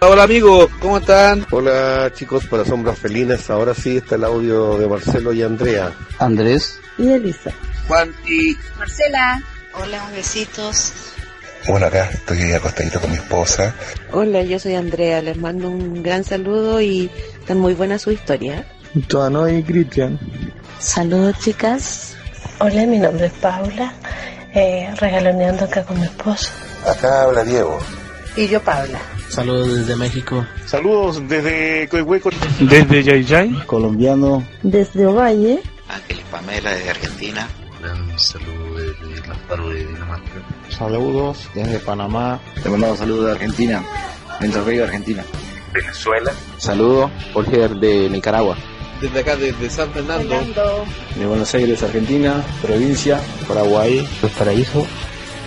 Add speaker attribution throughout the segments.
Speaker 1: Hola amigos, ¿cómo están?
Speaker 2: Hola chicos, para Sombras Felinas, ahora sí está el audio de Marcelo y Andrea.
Speaker 3: Andrés.
Speaker 4: Y Elisa.
Speaker 1: Juan y...
Speaker 5: Marcela. Hola, un besitos.
Speaker 6: Bueno, acá estoy acostadito con mi esposa.
Speaker 7: Hola, yo soy Andrea, les mando un gran saludo y están muy buena su historia.
Speaker 8: Toano y Cristian.
Speaker 9: Saludos chicas.
Speaker 10: Hola, mi nombre es Paula, eh, regaloneando acá con mi esposo.
Speaker 6: Acá habla Diego.
Speaker 11: Y yo Paula.
Speaker 12: Saludos desde México.
Speaker 13: Saludos desde Coihueco.
Speaker 14: Desde Yayay.
Speaker 15: Colombiano.
Speaker 4: Desde Ovalle.
Speaker 16: Ángeles Pamela desde Argentina.
Speaker 17: Un saludo desde Lamparo de Dinamarca.
Speaker 18: Saludos desde Panamá.
Speaker 19: Te mandamos saludos de Argentina. Entre Río, Argentina.
Speaker 20: Venezuela.
Speaker 6: Saludos, Jorge de Nicaragua.
Speaker 10: Desde acá, desde San Fernando. Fernando.
Speaker 5: De Buenos Aires, Argentina. Provincia. Paraguay.
Speaker 11: Los Paraíso.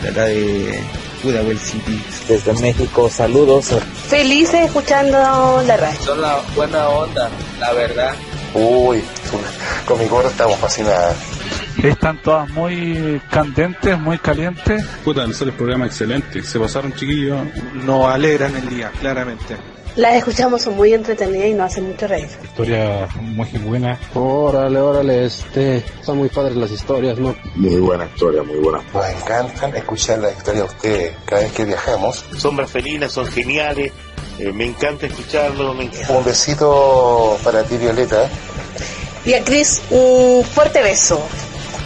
Speaker 1: De acá de Pudahuel City.
Speaker 7: Desde México, saludos.
Speaker 12: Felices escuchando la radio.
Speaker 4: Son la buena onda, la verdad.
Speaker 6: Uy, con mi gorro estamos fascinadas.
Speaker 14: Están todas muy candentes, muy calientes.
Speaker 9: Puta, les sale el programa excelente. Se pasaron chiquillos.
Speaker 3: Nos alegran el día, claramente.
Speaker 12: Las escuchamos, son muy entretenidas y nos hacen mucho reír.
Speaker 9: Historia muy buena.
Speaker 3: Órale, órale, este. Son muy padres las historias, ¿no?
Speaker 6: Muy buena historia, muy buena.
Speaker 2: Nos encantan escuchar las historias de ustedes cada vez que viajamos.
Speaker 13: Sombras felinas, son geniales. Eh, me encanta escucharlo. Me encanta.
Speaker 2: Un besito para ti, Violeta.
Speaker 12: Y a Cris, un fuerte beso.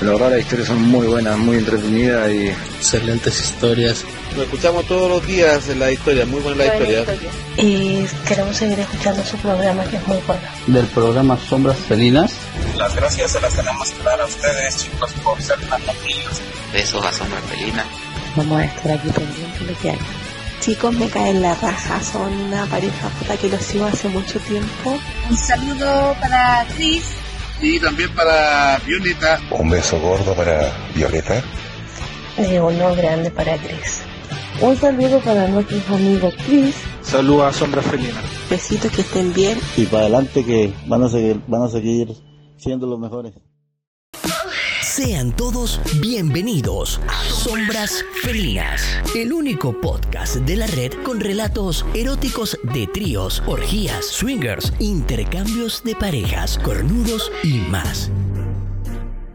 Speaker 19: La verdad, las historias son muy buenas, muy entretenidas y.
Speaker 3: Excelentes historias.
Speaker 1: Lo escuchamos todos los días en la historia, muy buena la historia.
Speaker 10: Y queremos seguir escuchando su programa que es muy bueno.
Speaker 3: Del programa Sombras Felinas.
Speaker 2: Las gracias se las tenemos que dar a ustedes, chicos, por ser tan amigos.
Speaker 16: Besos a Sombras Felinas.
Speaker 7: Vamos a estar aquí pendientes de lo que hagan. Chicos, me caen la raja, son una pareja puta que los sigo hace mucho tiempo.
Speaker 5: Un saludo para Cris.
Speaker 1: Y también para Violeta.
Speaker 6: Un beso gordo para Violeta.
Speaker 10: Y uno grande para Cris.
Speaker 4: Un saludo para nuestros amigos Chris.
Speaker 3: Saludos a Sombra Felina.
Speaker 7: Besitos que estén bien.
Speaker 11: Y para adelante que van a seguir, van a seguir siendo los mejores.
Speaker 13: Sean todos bienvenidos a Sombras Felinas, el único podcast de la red con relatos eróticos de tríos, orgías, swingers, intercambios de parejas, cornudos y más.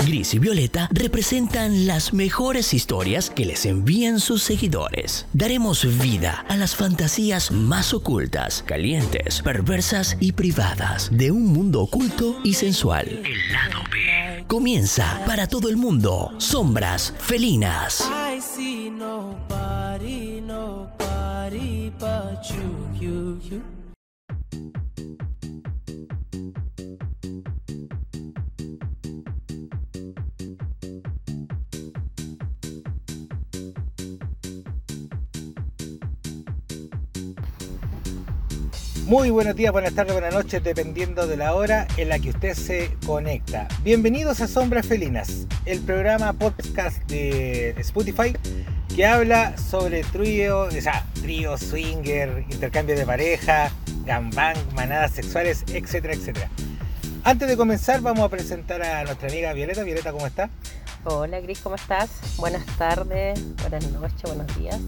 Speaker 13: Gris y Violeta representan las mejores historias que les envían sus seguidores. Daremos vida a las fantasías más ocultas, calientes, perversas y privadas de un mundo oculto y sensual. El lado B. Comienza para todo el mundo. Sombras felinas.
Speaker 19: Muy buenos días, buenas tardes, buenas noches, dependiendo de la hora en la que usted se conecta. Bienvenidos a Sombras Felinas, el programa podcast de Spotify que habla sobre trío, o sea, trío, swinger, intercambio de pareja, gangbang, manadas sexuales, etcétera, etcétera. Antes de comenzar, vamos a presentar a nuestra amiga Violeta. Violeta, ¿cómo está?
Speaker 7: Hola Gris, ¿cómo estás? Buenas tardes, buenas noches, buenos días,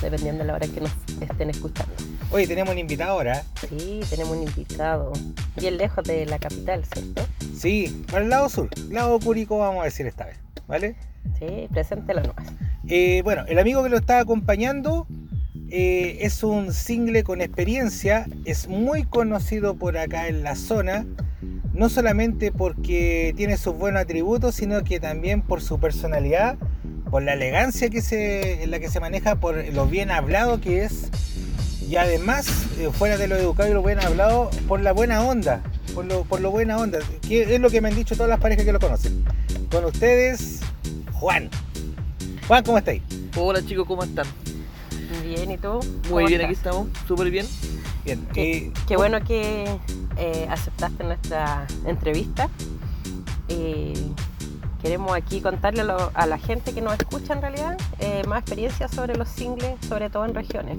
Speaker 7: dependiendo de la hora que nos estén escuchando.
Speaker 19: Oye, tenemos un invitado ahora. ¿eh?
Speaker 7: Sí, tenemos un invitado. Bien lejos de la capital, ¿cierto?
Speaker 19: Sí, para el lado sur, lado curico vamos a decir esta vez, ¿vale?
Speaker 7: Sí, preséntelo nomás.
Speaker 19: Eh, bueno, el amigo que lo está acompañando eh, es un single con experiencia, es muy conocido por acá en la zona no solamente porque tiene sus buenos atributos, sino que también por su personalidad, por la elegancia que se, en la que se maneja, por lo bien hablado que es, y además, eh, fuera de lo educado y lo bien hablado, por la buena onda, por lo, por lo buena onda, que es lo que me han dicho todas las parejas que lo conocen. Con ustedes, Juan. Juan, ¿cómo estáis?
Speaker 15: Hola chicos, ¿cómo están?
Speaker 7: Bien, ¿y tú?
Speaker 15: Muy bien, estás? aquí estamos, súper bien.
Speaker 19: Bien.
Speaker 7: Qué, eh, qué bueno que eh, aceptaste nuestra entrevista. Eh, queremos aquí contarle lo, a la gente que nos escucha en realidad eh, más experiencias sobre los singles, sobre todo en regiones.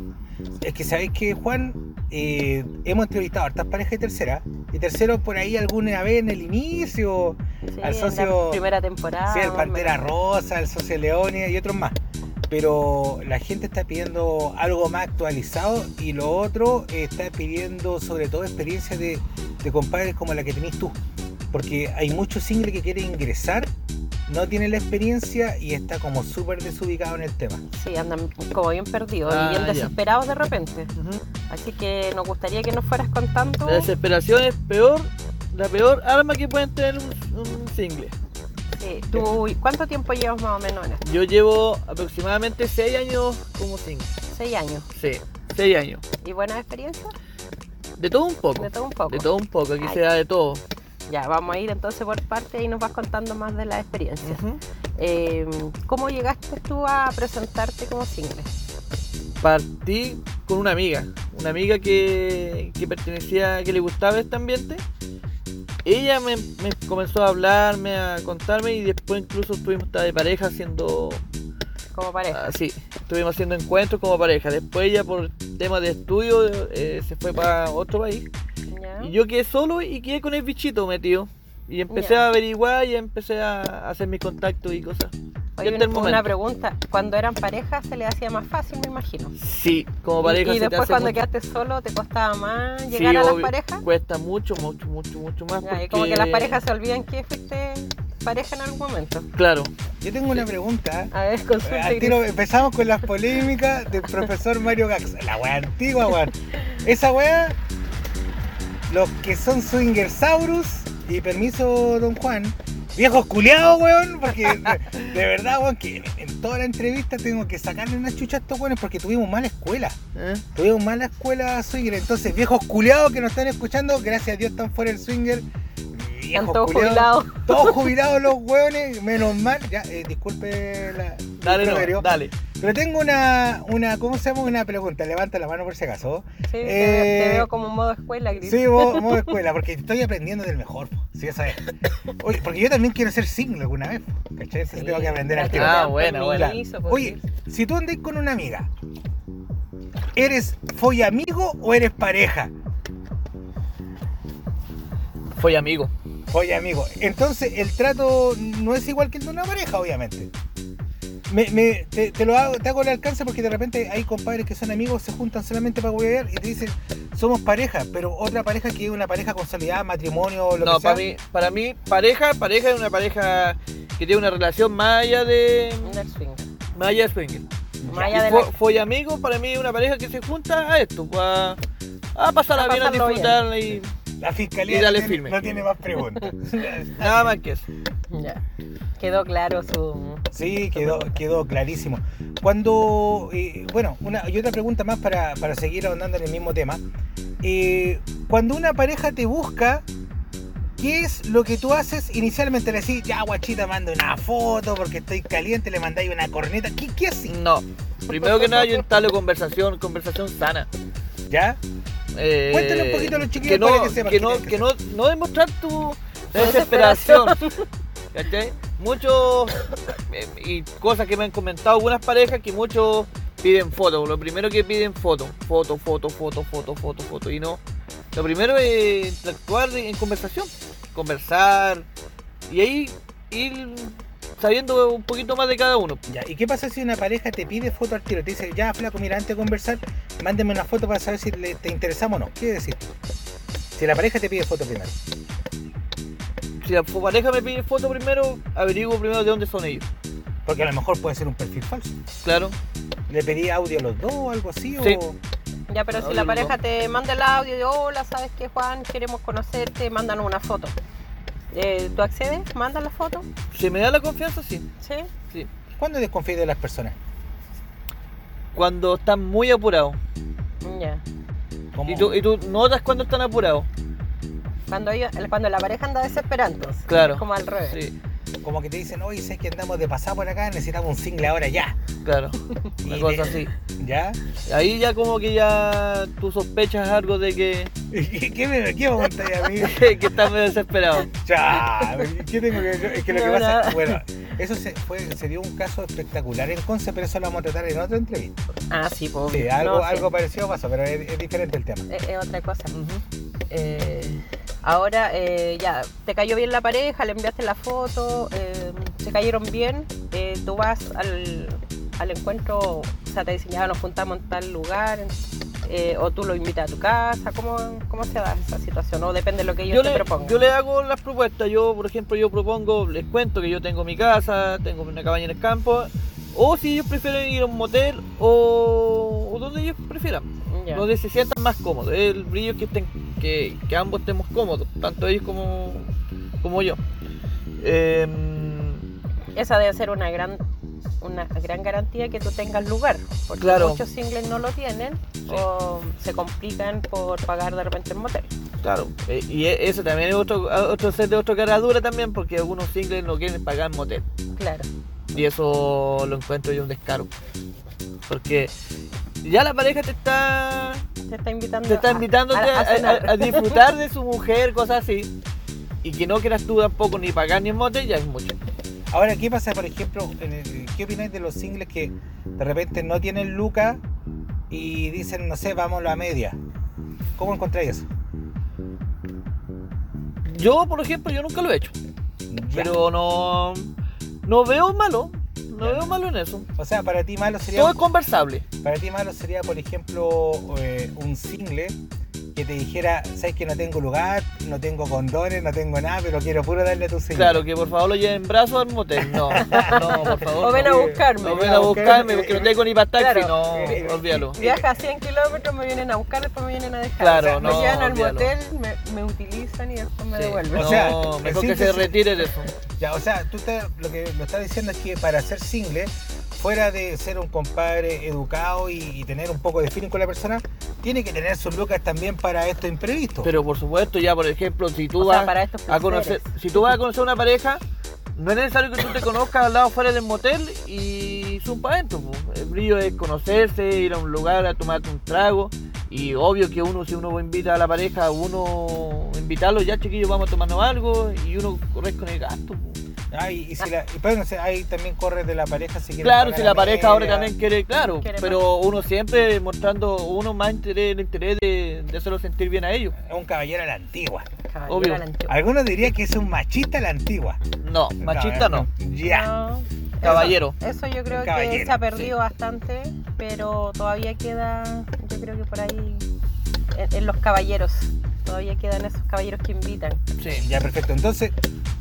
Speaker 19: Es que sabéis que Juan, eh, hemos entrevistado a hartas parejas y tercera, y tercero por ahí alguna vez en el inicio,
Speaker 7: sí,
Speaker 19: al socio...
Speaker 7: primera temporada.
Speaker 19: Sí, el Pantera Rosa, el socio Leonia y otros más. pero la gente está pidiendo algo más actualizado y lo otro eh, está pidiendo sobre todo experiencias de, de compadres como la que tenés tú, porque hay muchos singles que quieren ingresar, no tienen la experiencia y está como súper desubicado en el tema.
Speaker 7: Sí, andan como bien perdidos
Speaker 19: Ah,
Speaker 7: y bien
Speaker 19: ya.
Speaker 7: desesperados de repente. Así que nos gustaría que nos fueras contando.
Speaker 15: La desesperación es peor, la peor arma que pueden tener un, un single.
Speaker 7: Sí, tú, ¿Cuánto tiempo llevas más o menos en esto?
Speaker 15: Yo llevo aproximadamente 6 años como single.
Speaker 7: Seis años.
Speaker 15: Sí, 6 años.
Speaker 7: ¿Y buenas experiencias?
Speaker 15: De todo un poco.
Speaker 7: De todo un poco.
Speaker 15: De todo un poco, aquí
Speaker 7: Ay.
Speaker 15: se da de todo.
Speaker 7: Ya, vamos a ir entonces por parte y nos vas contando más de las experiencias. Eh, ¿Cómo llegaste tú a presentarte como single?
Speaker 15: partí con una amiga, una amiga que, que pertenecía, que le gustaba este ambiente. Ella me, me comenzó a hablarme, a contarme y después incluso estuvimos hasta de pareja haciendo...
Speaker 7: Como pareja.
Speaker 15: sí, estuvimos haciendo encuentros como pareja. Después ella por temas de estudio eh, se fue para otro país. Y yo quedé solo y quedé con el bichito metido. Y empecé
Speaker 7: Ya.
Speaker 15: a averiguar y empecé a hacer mis contactos y cosas.
Speaker 7: Oye,
Speaker 15: Y hasta el
Speaker 7: una, una
Speaker 15: momento.
Speaker 7: pregunta. Cuando eran pareja se les hacía más fácil, me imagino.
Speaker 15: Sí, como pareja
Speaker 7: Y,
Speaker 15: se
Speaker 7: y
Speaker 15: te
Speaker 7: después
Speaker 15: hace
Speaker 7: cuando
Speaker 15: mucho-
Speaker 7: quedaste solo, ¿te costaba más
Speaker 15: Sí,
Speaker 7: llegar a las
Speaker 15: obvio,
Speaker 7: parejas?
Speaker 15: Cuesta mucho, mucho, mucho, mucho más.
Speaker 7: Ya, y
Speaker 15: porque-
Speaker 7: Como que las parejas se olvidan que fuiste pareja en algún momento.
Speaker 15: Claro.
Speaker 19: Yo tengo una pregunta.
Speaker 7: A ver, consulta.
Speaker 19: Eh, Al tiro, empezamos con las polémicas del profesor Mario Gax. La wea antigua, weón. Esa wea, los que son swingersaurus, y permiso, don Juan, viejos culiados, weón, porque de, de verdad, weón, que en, en toda la entrevista tengo que sacarle una chucha a estos weones porque tuvimos mala escuela.
Speaker 7: ¿Eh?
Speaker 19: Tuvimos mala escuela swinger. Entonces, viejos culiados que nos están escuchando, gracias a Dios están fuera el swinger. Viejos
Speaker 7: todos
Speaker 19: culiados,
Speaker 7: jubilados.
Speaker 19: Todos jubilados los hueones, menos mal. Ya, eh, disculpe la.
Speaker 15: Dale,
Speaker 19: disculpe,
Speaker 15: no,
Speaker 19: Mario.
Speaker 15: dale.
Speaker 19: Pero tengo una, una, ¿cómo se llama? Una pregunta. Levanta la mano por si acaso.
Speaker 7: Sí, te-
Speaker 19: Eh,
Speaker 7: te veo como modo escuela, Gris.
Speaker 19: Sí, vos, modo escuela, porque estoy aprendiendo del mejor, po, sí, esa es. Oye, porque yo también quiero ser single alguna vez, po, ¿cachai? Entonces tengo que aprender
Speaker 15: hay
Speaker 19: al
Speaker 15: que
Speaker 19: tiro.
Speaker 15: dar Ah, buena, buena.
Speaker 19: Claro.
Speaker 15: permiso,
Speaker 7: pues,
Speaker 19: Oye, si tú andas con una amiga, ¿eres follamigo o eres pareja?
Speaker 15: Fue amigo.
Speaker 19: Oye, amigo, entonces el trato no es igual que el de una pareja, obviamente. Me, me- te, te lo hago, te hago el alcance porque de repente hay compadres que son amigos, se juntan solamente para huevear y te dicen, somos pareja, pero otra pareja que es una pareja consolidada, matrimonio o lo
Speaker 15: No,
Speaker 19: que sea.
Speaker 15: para mí, para mí, pareja, pareja es una pareja que tiene una relación más allá de. Más allá de swinger.
Speaker 7: Más
Speaker 15: Y
Speaker 7: allá de
Speaker 15: fo-
Speaker 7: la-
Speaker 15: Fue amigo, para mí es una pareja que se junta a esto, pues, a, a pasarla
Speaker 19: A
Speaker 15: bien, a
Speaker 19: pasarlo bien.
Speaker 15: disfrutar
Speaker 19: y. La fiscalía
Speaker 15: Y dale
Speaker 19: no,
Speaker 15: firme.
Speaker 19: tiene, no tiene más preguntas.
Speaker 15: Nada más que eso.
Speaker 7: Ya. Quedó claro su.
Speaker 19: Sí, quedó, quedó clarísimo. Cuando, eh, bueno, una, y otra pregunta más para, para seguir ahondando en el mismo tema. Eh, cuando una pareja te busca, ¿qué es lo que tú haces inicialmente? Le decís, ya guachita, mando una foto porque estoy caliente, le mandáis una corneta. ¿Qué, qué haces?
Speaker 15: No. Primero que nada, yo instalo conversación, conversación sana.
Speaker 19: ¿Ya?
Speaker 15: Eh,
Speaker 19: Cuéntale un poquito a los chiquillos
Speaker 15: que no,
Speaker 19: para que sepan
Speaker 15: que
Speaker 19: qué
Speaker 15: no,
Speaker 19: tienen
Speaker 15: que no, no demostrar tu desesperación. ¿Cachai? Muchos, eh, y cosas que me han comentado algunas parejas, que muchos piden fotos. Lo primero que piden foto, foto, foto, foto, foto, foto, foto. Y no. Lo primero es interactuar en conversación. Conversar. Y ahí ir sabiendo un poquito más de cada uno.
Speaker 19: Ya, ¿Y qué pasa si una pareja te pide foto al tiro? Te dice, ya flaco, mira, antes de conversar, mándeme una foto para saber si le- te interesamos o no. ¿Qué decís tú? Si la pareja te pide foto primero.
Speaker 15: Si la pareja me pide foto primero, averiguo primero de dónde son ellos.
Speaker 19: Porque a lo mejor puede ser un perfil falso.
Speaker 15: Claro.
Speaker 19: ¿Le pedí audio a los dos o algo así?
Speaker 15: Sí.
Speaker 19: O...
Speaker 7: Ya, pero si la pareja te manda el audio de hola, sabes que Juan, queremos conocerte, mándanos una foto. Eh, ¿Tú accedes? ¿Mandas la foto?
Speaker 15: Si me da la confianza, sí.
Speaker 7: ¿Sí?
Speaker 15: Sí.
Speaker 19: ¿Cuándo desconfías de las personas?
Speaker 15: Cuando están muy apurados.
Speaker 7: Ya.
Speaker 15: Y tú, y tú notas cuando están apurados.
Speaker 7: Cuando, ellos- cuando la pareja anda desesperando.
Speaker 15: Claro.
Speaker 7: Como al revés.
Speaker 19: Como que te dicen, oye, sé que andamos de pasada por acá, necesitamos un single ahora ya.
Speaker 15: Claro. Una cosa así.
Speaker 19: ¿Ya?
Speaker 15: Ahí ya como que ya tú sospechas algo de que...
Speaker 19: ¿Qué me qué vamos a contar ya, amigo?
Speaker 15: que estás medio desesperado.
Speaker 19: Ya, ¿qué tengo que yo- Es que lo
Speaker 15: No,
Speaker 19: que pasa,
Speaker 15: nada.
Speaker 19: bueno, eso se, fue, se dio un caso espectacular en Conce, pero eso lo vamos a tratar en otra entrevista.
Speaker 7: Ah, sí, pues.
Speaker 19: Sí,
Speaker 7: obvio.
Speaker 19: algo,
Speaker 7: No, sí.
Speaker 19: algo parecido pasó, pero es, es diferente el tema.
Speaker 7: Es, es otra cosa. Eh, ahora, eh, ya, te cayó bien la pareja, le enviaste la foto, eh, se cayeron bien, eh, tú vas al, al encuentro, o sea, te dicen, ya nos juntamos en tal lugar, eh, o tú lo invitas a tu casa, ¿cómo, cómo se da esa situación? O depende de lo que ellos
Speaker 15: yo
Speaker 7: te
Speaker 15: le,
Speaker 7: propongan.
Speaker 15: yo le hago las propuestas. Yo, por ejemplo, yo propongo, les cuento que yo tengo mi casa, tengo una cabaña en el campo. O si ellos prefieren ir a un motel o, o donde ellos prefieran.
Speaker 7: Ya.
Speaker 15: Donde se sientan más cómodos. El brillo es que, estén, que, que ambos estemos cómodos, tanto ellos como, como yo. Em,
Speaker 7: Esa debe ser una gran una gran garantía que tú tengas lugar, porque
Speaker 15: Claro.
Speaker 7: muchos singles no lo tienen o se complican por pagar de repente el motel.
Speaker 15: Claro, eh, y e- eso también es otro, otro set de otro cara dura también, porque algunos singles no quieren pagar motel.
Speaker 7: Claro.
Speaker 15: Y eso lo encuentro yo un descaro. Porque ya la pareja te está,
Speaker 7: Te está invitando,
Speaker 15: te está
Speaker 7: a-
Speaker 15: invitando
Speaker 7: a-
Speaker 15: a,
Speaker 7: a cenar.
Speaker 15: a- a disfrutar de su mujer, cosas así. Y que no quieras tú tampoco ni pagar ni motel, ya es mucho.
Speaker 19: Ahora, ¿qué pasa, por ejemplo, en el- qué opináis de los singles que de repente no tienen lucas y dicen, no sé, vámonos a media? ¿Cómo encontráis eso?
Speaker 15: Yo, por ejemplo, yo nunca lo he hecho. Pero no, no veo malo. No veo malo en eso.
Speaker 19: O sea, para ti malo sería...
Speaker 15: Todo es conversable.
Speaker 19: Para ti malo sería, por ejemplo, eh, un single que te dijera, sabes que no tengo lugar, no tengo condones, no tengo nada, pero quiero puro darle a tu single.
Speaker 15: Claro, que por favor lo lleven brazos al motel. No, no, por favor.
Speaker 7: O ven a
Speaker 15: no.
Speaker 7: buscarme.
Speaker 15: No ven a buscarme porque no tengo ni para taxi. No, olvídalo.
Speaker 7: Viaja a 100 kilómetros, me vienen a buscar, después me vienen a dejar.
Speaker 15: Claro,
Speaker 7: O sea,
Speaker 15: no,
Speaker 7: Me llevan al
Speaker 15: olvídalo.
Speaker 7: motel, me, me utilizan y después me
Speaker 15: Sí.
Speaker 7: devuelven.
Speaker 15: No, mejor que se retire de eso.
Speaker 19: Ya, o sea, tú te- lo que lo estás diciendo es que para ser single, fuera de ser un compadre educado y, y tener un poco de feeling con la persona, tiene que tener sus lucas también para esto imprevisto.
Speaker 15: Pero por supuesto, ya por ejemplo, si tú
Speaker 19: O sea,
Speaker 15: vas
Speaker 19: para estos
Speaker 15: a conocer, si tú vas a conocer una pareja, no es necesario que tú te conozcas al lado fuera del motel y zumpa adentro. po. El brillo es conocerse, ir a un lugar a tomarte un trago. Y obvio que uno, si uno invita a la pareja, uno invitarlo, ya chiquillos, vamos a tomarnos algo y uno corre con el gasto. po.
Speaker 19: Ah, y, y si la- y bueno, o sea, ahí también corres de la pareja si quieres
Speaker 15: Claro,
Speaker 19: pagar
Speaker 15: si
Speaker 19: a
Speaker 15: la pareja ahora
Speaker 19: media.
Speaker 15: también quiere, claro,
Speaker 19: Quiere
Speaker 15: pero uno siempre mostrando uno más interés, el interés de, de hacerlo sentir bien a ellos.
Speaker 19: Es un caballero a la antigua.
Speaker 15: Obvio. a la antigua.
Speaker 19: Algunos dirían que es un machista a la antigua.
Speaker 15: No, machista no.
Speaker 19: Ya.
Speaker 7: Eso-
Speaker 15: Caballero.
Speaker 7: Eso, yo creo que
Speaker 19: Caballero,
Speaker 7: se ha perdido
Speaker 19: sí.
Speaker 7: bastante, pero todavía queda, yo creo que por ahí, en, en los caballeros, todavía quedan esos caballeros que invitan.
Speaker 19: Ya, perfecto. Entonces,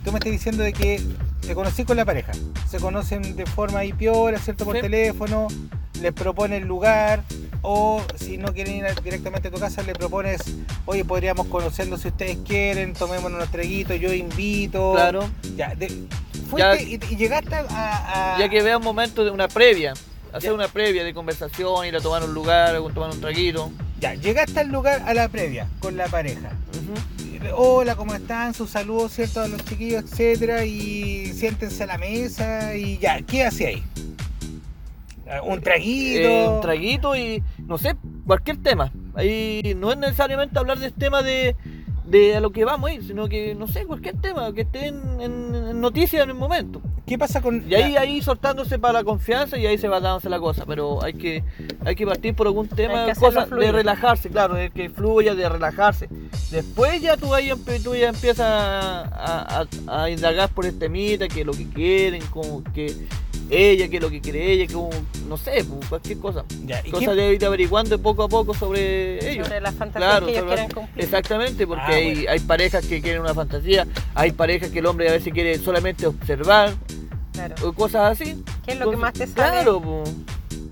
Speaker 19: tú me estás diciendo de que te conocí con la pareja. Se conocen de forma ahí piola, ¿cierto? Por teléfono, les propones lugar, o si no quieren ir a- directamente a tu casa, le propones, oye, podríamos conocernos si ustedes quieren, tomémonos unos treguitos, yo invito.
Speaker 15: Claro.
Speaker 19: Ya, de- fuiste y, y llegaste a, a-
Speaker 15: Ya que vea un momento de una previa, hacer una previa de conversación, ir a tomar un lugar, a tomar un traguito.
Speaker 19: Ya, llegaste al lugar a la previa con la pareja. Hola, ¿cómo están? Sus saludos, ¿cierto? A los chiquillos, etcétera. Y siéntense a la mesa y ya, ¿qué hace ahí? Ah, Un traguito.
Speaker 15: Eh, un traguito y no sé, cualquier tema. Ahí no es necesariamente hablar del tema de, de a lo que vamos a ir, sino que no sé, cualquier tema que esté en, en- en noticias en el momento.
Speaker 19: ¿Qué pasa con.?
Speaker 15: Y ahí, ahí soltándose para la confianza y ahí se va dándose la cosa, pero hay que, hay que partir por algún
Speaker 19: Hay
Speaker 15: tema,
Speaker 19: que hacerlo
Speaker 15: cosa de
Speaker 19: fluir.
Speaker 15: relajarse, claro, de que fluya, de relajarse. Después ya tú, ahí, empe- tú ya empiezas a, a- a indagar por este mita, que lo que quieren, como que ella, que lo que quiere ella, que un- no sé, pues, cualquier cosa.
Speaker 19: ¿y
Speaker 15: cosa
Speaker 19: qué-
Speaker 15: de ir averiguando poco a poco sobre ellos.
Speaker 7: Sobre las fantasías que ellos
Speaker 15: sobre-
Speaker 7: quieren cumplir.
Speaker 15: Exactamente, porque
Speaker 7: Ah,
Speaker 15: hay,
Speaker 7: bueno.
Speaker 15: hay parejas que quieren una fantasía, hay parejas que el hombre a veces quiere solamente observar
Speaker 7: Claro.
Speaker 15: o cosas así.
Speaker 7: ¿Qué es lo que
Speaker 15: Entonces,
Speaker 7: más te sale?
Speaker 15: Uh, Claro, po.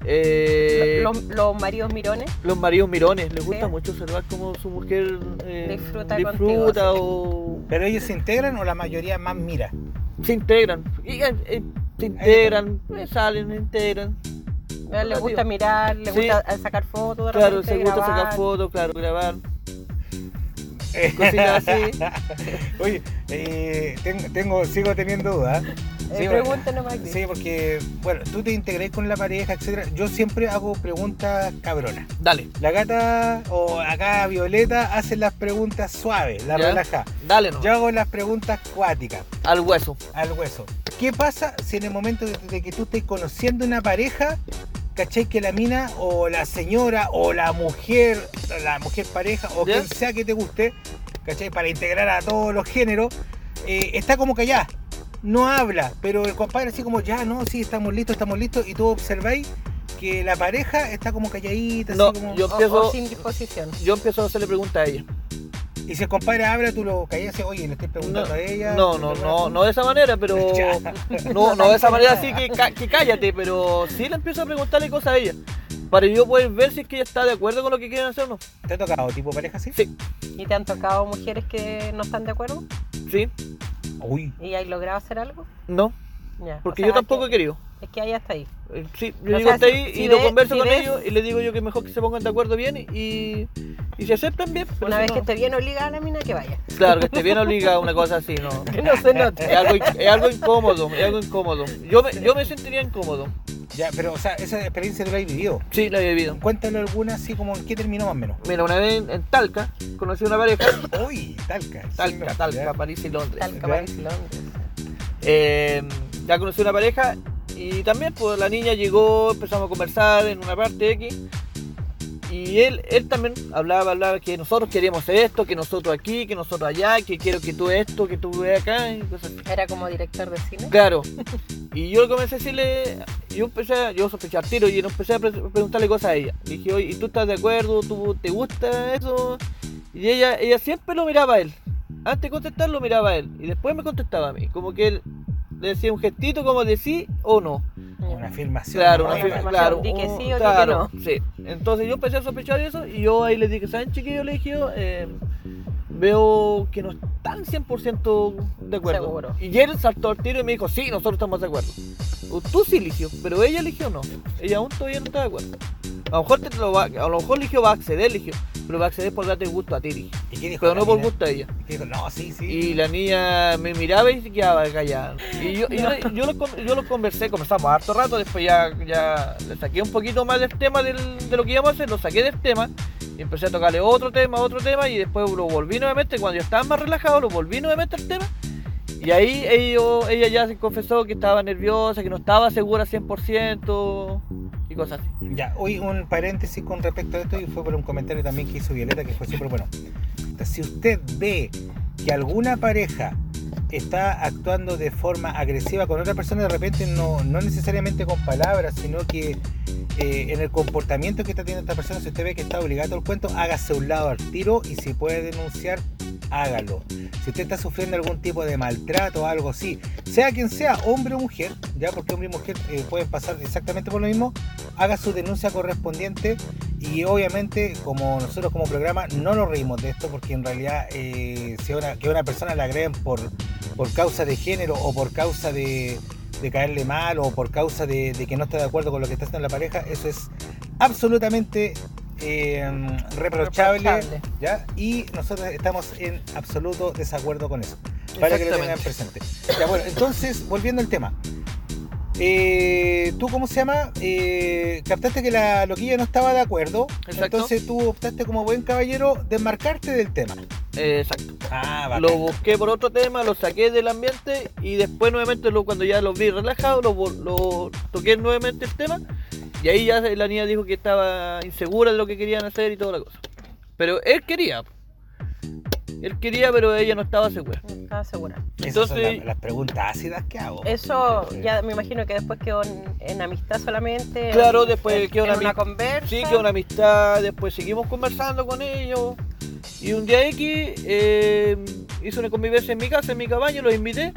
Speaker 15: Eh,
Speaker 7: Los, los maridos mirones.
Speaker 15: los maridos mirones, les gusta mucho observar cómo su mujer eh,
Speaker 7: Disfruta
Speaker 15: disfruta o
Speaker 19: ¿Pero ellos se integran o la mayoría más mira?
Speaker 15: se integran. Y, eh, eh, se integran, eh, salen, se integran.
Speaker 7: Eh, Les gusta mirar, les
Speaker 15: Sí.
Speaker 7: gusta eh, sacar fotos, de
Speaker 15: Claro,
Speaker 7: repente,
Speaker 15: se gusta
Speaker 7: grabar.
Speaker 15: sacar fotos, claro, grabar. Cositas así.
Speaker 19: Oye, eh, ten- tengo, sigo teniendo dudas.
Speaker 7: Eh,
Speaker 19: Sigo-
Speaker 7: pregunta nomás, Cris.
Speaker 19: Sí, porque, bueno, tú te integrás con la pareja, etcétera. Yo siempre hago preguntas cabronas.
Speaker 15: Dale.
Speaker 19: La gata o acá Violeta hace las preguntas suaves, las
Speaker 15: ¿Ya?
Speaker 19: relaja.
Speaker 15: Dale, no.
Speaker 19: Yo hago las preguntas cuáticas.
Speaker 15: Al hueso.
Speaker 19: Al hueso. ¿Qué pasa si en el momento de, de que tú estés conociendo una pareja, cachai que la mina o la señora o la mujer, la mujer pareja o quien sea que te guste, cachai, para integrar a todos los géneros, eh, está como callada? no habla, pero el compadre así como, ya, no, sí, estamos listos, estamos listos, y tú observáis que la pareja está como calladita,
Speaker 15: No,
Speaker 19: así como...
Speaker 15: yo empiezo-
Speaker 7: sin disposición.
Speaker 15: Yo empiezo a hacerle preguntas a ella.
Speaker 19: Y si el compadre habla, tú lo callas y dices, oye, le estoy preguntando a ella...
Speaker 15: No, no, no, no de esa manera, pero. No, no de esa manera así que, ca- que cállate, pero sí le empiezo a preguntarle cosas a ella. Para yo poder ver si es que ella está de acuerdo con lo que quieren hacer o no.
Speaker 19: ¿Te ha tocado tipo pareja así?
Speaker 15: Sí.
Speaker 7: ¿Y te han tocado mujeres que no están de acuerdo?
Speaker 15: Sí.
Speaker 19: Uy.
Speaker 7: ¿Y has logrado hacer algo?
Speaker 15: No.
Speaker 7: Ya,
Speaker 15: Porque
Speaker 7: o sea,
Speaker 15: yo tampoco he querido.
Speaker 7: Es que ahí hasta ahí.
Speaker 15: Eh, Sí,
Speaker 7: O
Speaker 15: yo digo
Speaker 7: sea,
Speaker 15: hasta ahí
Speaker 7: si
Speaker 15: y lo
Speaker 7: ves-
Speaker 15: converso
Speaker 7: si
Speaker 15: con
Speaker 7: ves-
Speaker 15: ellos y les digo yo que mejor que se pongan de acuerdo bien y, y se aceptan bien. pero
Speaker 7: Una
Speaker 15: si
Speaker 7: vez
Speaker 15: no-
Speaker 7: que esté bien obligada la mina, que vaya.
Speaker 15: Claro, que esté bien obligada una cosa así, ¿no?
Speaker 7: Que no se note.
Speaker 15: Es algo, es algo incómodo, es algo incómodo. Yo me, yo me sentiría incómodo.
Speaker 19: Ya, pero, o sea, esa experiencia tú la has vivido.
Speaker 15: Sí, la he vivido.
Speaker 19: Cuéntale alguna así como en qué terminó más o menos.
Speaker 15: Mira, una vez en Talca conocí a una pareja.
Speaker 19: Uy, Talca.
Speaker 15: Talca, Talca, París y Londres.
Speaker 7: Talca, París y Londres.
Speaker 15: Eh, ya conocí una pareja y también pues la niña llegó, empezamos a conversar en una parte X y él, él también hablaba, hablaba que nosotros queremos esto, que nosotros aquí, que nosotros allá, que quiero que tú esto, que tú acá y cosas así.
Speaker 7: Era como director de cine.
Speaker 15: Claro. Y yo comencé a decirle, yo empecé, a- yo sospeché al tiro y empecé a pre- preguntarle cosas a ella. Le dije, oye, ¿y tú estás de acuerdo? ¿Tú te gusta eso? Y ella, ella siempre lo miraba a él. Antes de contestar lo miraba a él. Y después me contestaba a mí. Como que él le decía un gestito como de sí o no.
Speaker 19: Una afirmación.
Speaker 15: Claro, una
Speaker 19: Una
Speaker 15: afirma-
Speaker 19: afirmación,
Speaker 15: claro.
Speaker 19: di que sí o di que
Speaker 15: claro,
Speaker 19: no.
Speaker 15: sí. Entonces yo empecé a sospechar eso y yo ahí les dije, ¿saben chiquillos? Le dije, eh, veo que no están 100% de acuerdo.
Speaker 7: Seguro.
Speaker 15: Y él saltó al tiro y me dijo, sí, nosotros estamos de acuerdo. O Tú sí eligió, pero ella eligió no. Ella aún todavía no está de acuerdo. A lo mejor, te lo va, a lo mejor eligió, va a acceder, eligió, pero va a acceder por darte gusto a ti, eligió. pero no por gusto a ella.
Speaker 19: Y dijo, no, sí, sí.
Speaker 15: Y la niña me miraba y se quedaba callada. Y yo, y yo, yo lo, con- yo lo conversé, conversamos harto rato, después ya, ya le saqué un poquito más del tema del- de lo que íbamos a hacer, lo saqué del tema, y empecé a tocarle otro tema, otro tema, y después lo volví nuevamente, cuando yo estaba más relajado, lo volví nuevamente al tema, y ahí ello- ella ya se confesó que estaba nerviosa, que no estaba segura 100%, y cosas así.
Speaker 19: Ya, hoy un paréntesis con respecto a esto y fue por un comentario también que hizo Violeta que fue súper bueno. Entonces, Si usted ve que alguna pareja está actuando de forma agresiva con otra persona, de repente no, no necesariamente con palabras, sino que eh, en el comportamiento que está teniendo esta persona, si usted ve que está obligado al cuento, hágase a un lado al tiro y si puede denunciar, hágalo. Si usted está sufriendo algún tipo de maltrato o algo así, sea quien sea, hombre o mujer, ya porque hombre y mujer eh, pueden pasar exactamente por lo mismo, haga su denuncia correspondiente y obviamente como nosotros como programa no nos reímos de esto porque en realidad eh, si a una, que a una persona la agreden por, por causa de género o por causa de, de caerle mal o por causa de, de que no está de acuerdo con lo que está haciendo la pareja, eso es absolutamente eh, reprochable,
Speaker 15: Reprochable.
Speaker 19: ¿ya? y nosotros estamos en absoluto desacuerdo con eso. Para que lo tengan
Speaker 15: Exactamente.
Speaker 19: presente. Ya, bueno, entonces, volviendo al tema. Eh, ¿Tú cómo se llama? Eh, captaste que la loquilla no estaba de acuerdo.
Speaker 15: Exacto.
Speaker 19: Entonces tú optaste como buen caballero desmarcarte del tema.
Speaker 15: Eh, Exacto.
Speaker 19: Ah,
Speaker 15: Lo busqué por otro tema, lo saqué del ambiente y después nuevamente lo, cuando ya lo vi relajado, lo, vol- lo toqué nuevamente el tema y ahí ya la niña dijo que estaba insegura de lo que querían hacer y toda la cosa. Pero él quería. Él quería, pero ella no estaba segura.
Speaker 7: Estaba Ah, segura.
Speaker 19: Esas son
Speaker 15: Entonces-
Speaker 19: la- las preguntas ácidas que hago.
Speaker 7: Eso ya me imagino que después quedó en, en amistad solamente.
Speaker 15: Claro,
Speaker 7: en-
Speaker 15: después
Speaker 7: en-
Speaker 15: quedó
Speaker 7: en
Speaker 15: una,
Speaker 7: una
Speaker 15: ami-
Speaker 7: conversa.
Speaker 15: Sí, quedó una amistad, después seguimos conversando con ellos. Y un día X eh, hice una convivencia en mi casa, en mi cabaña, los invité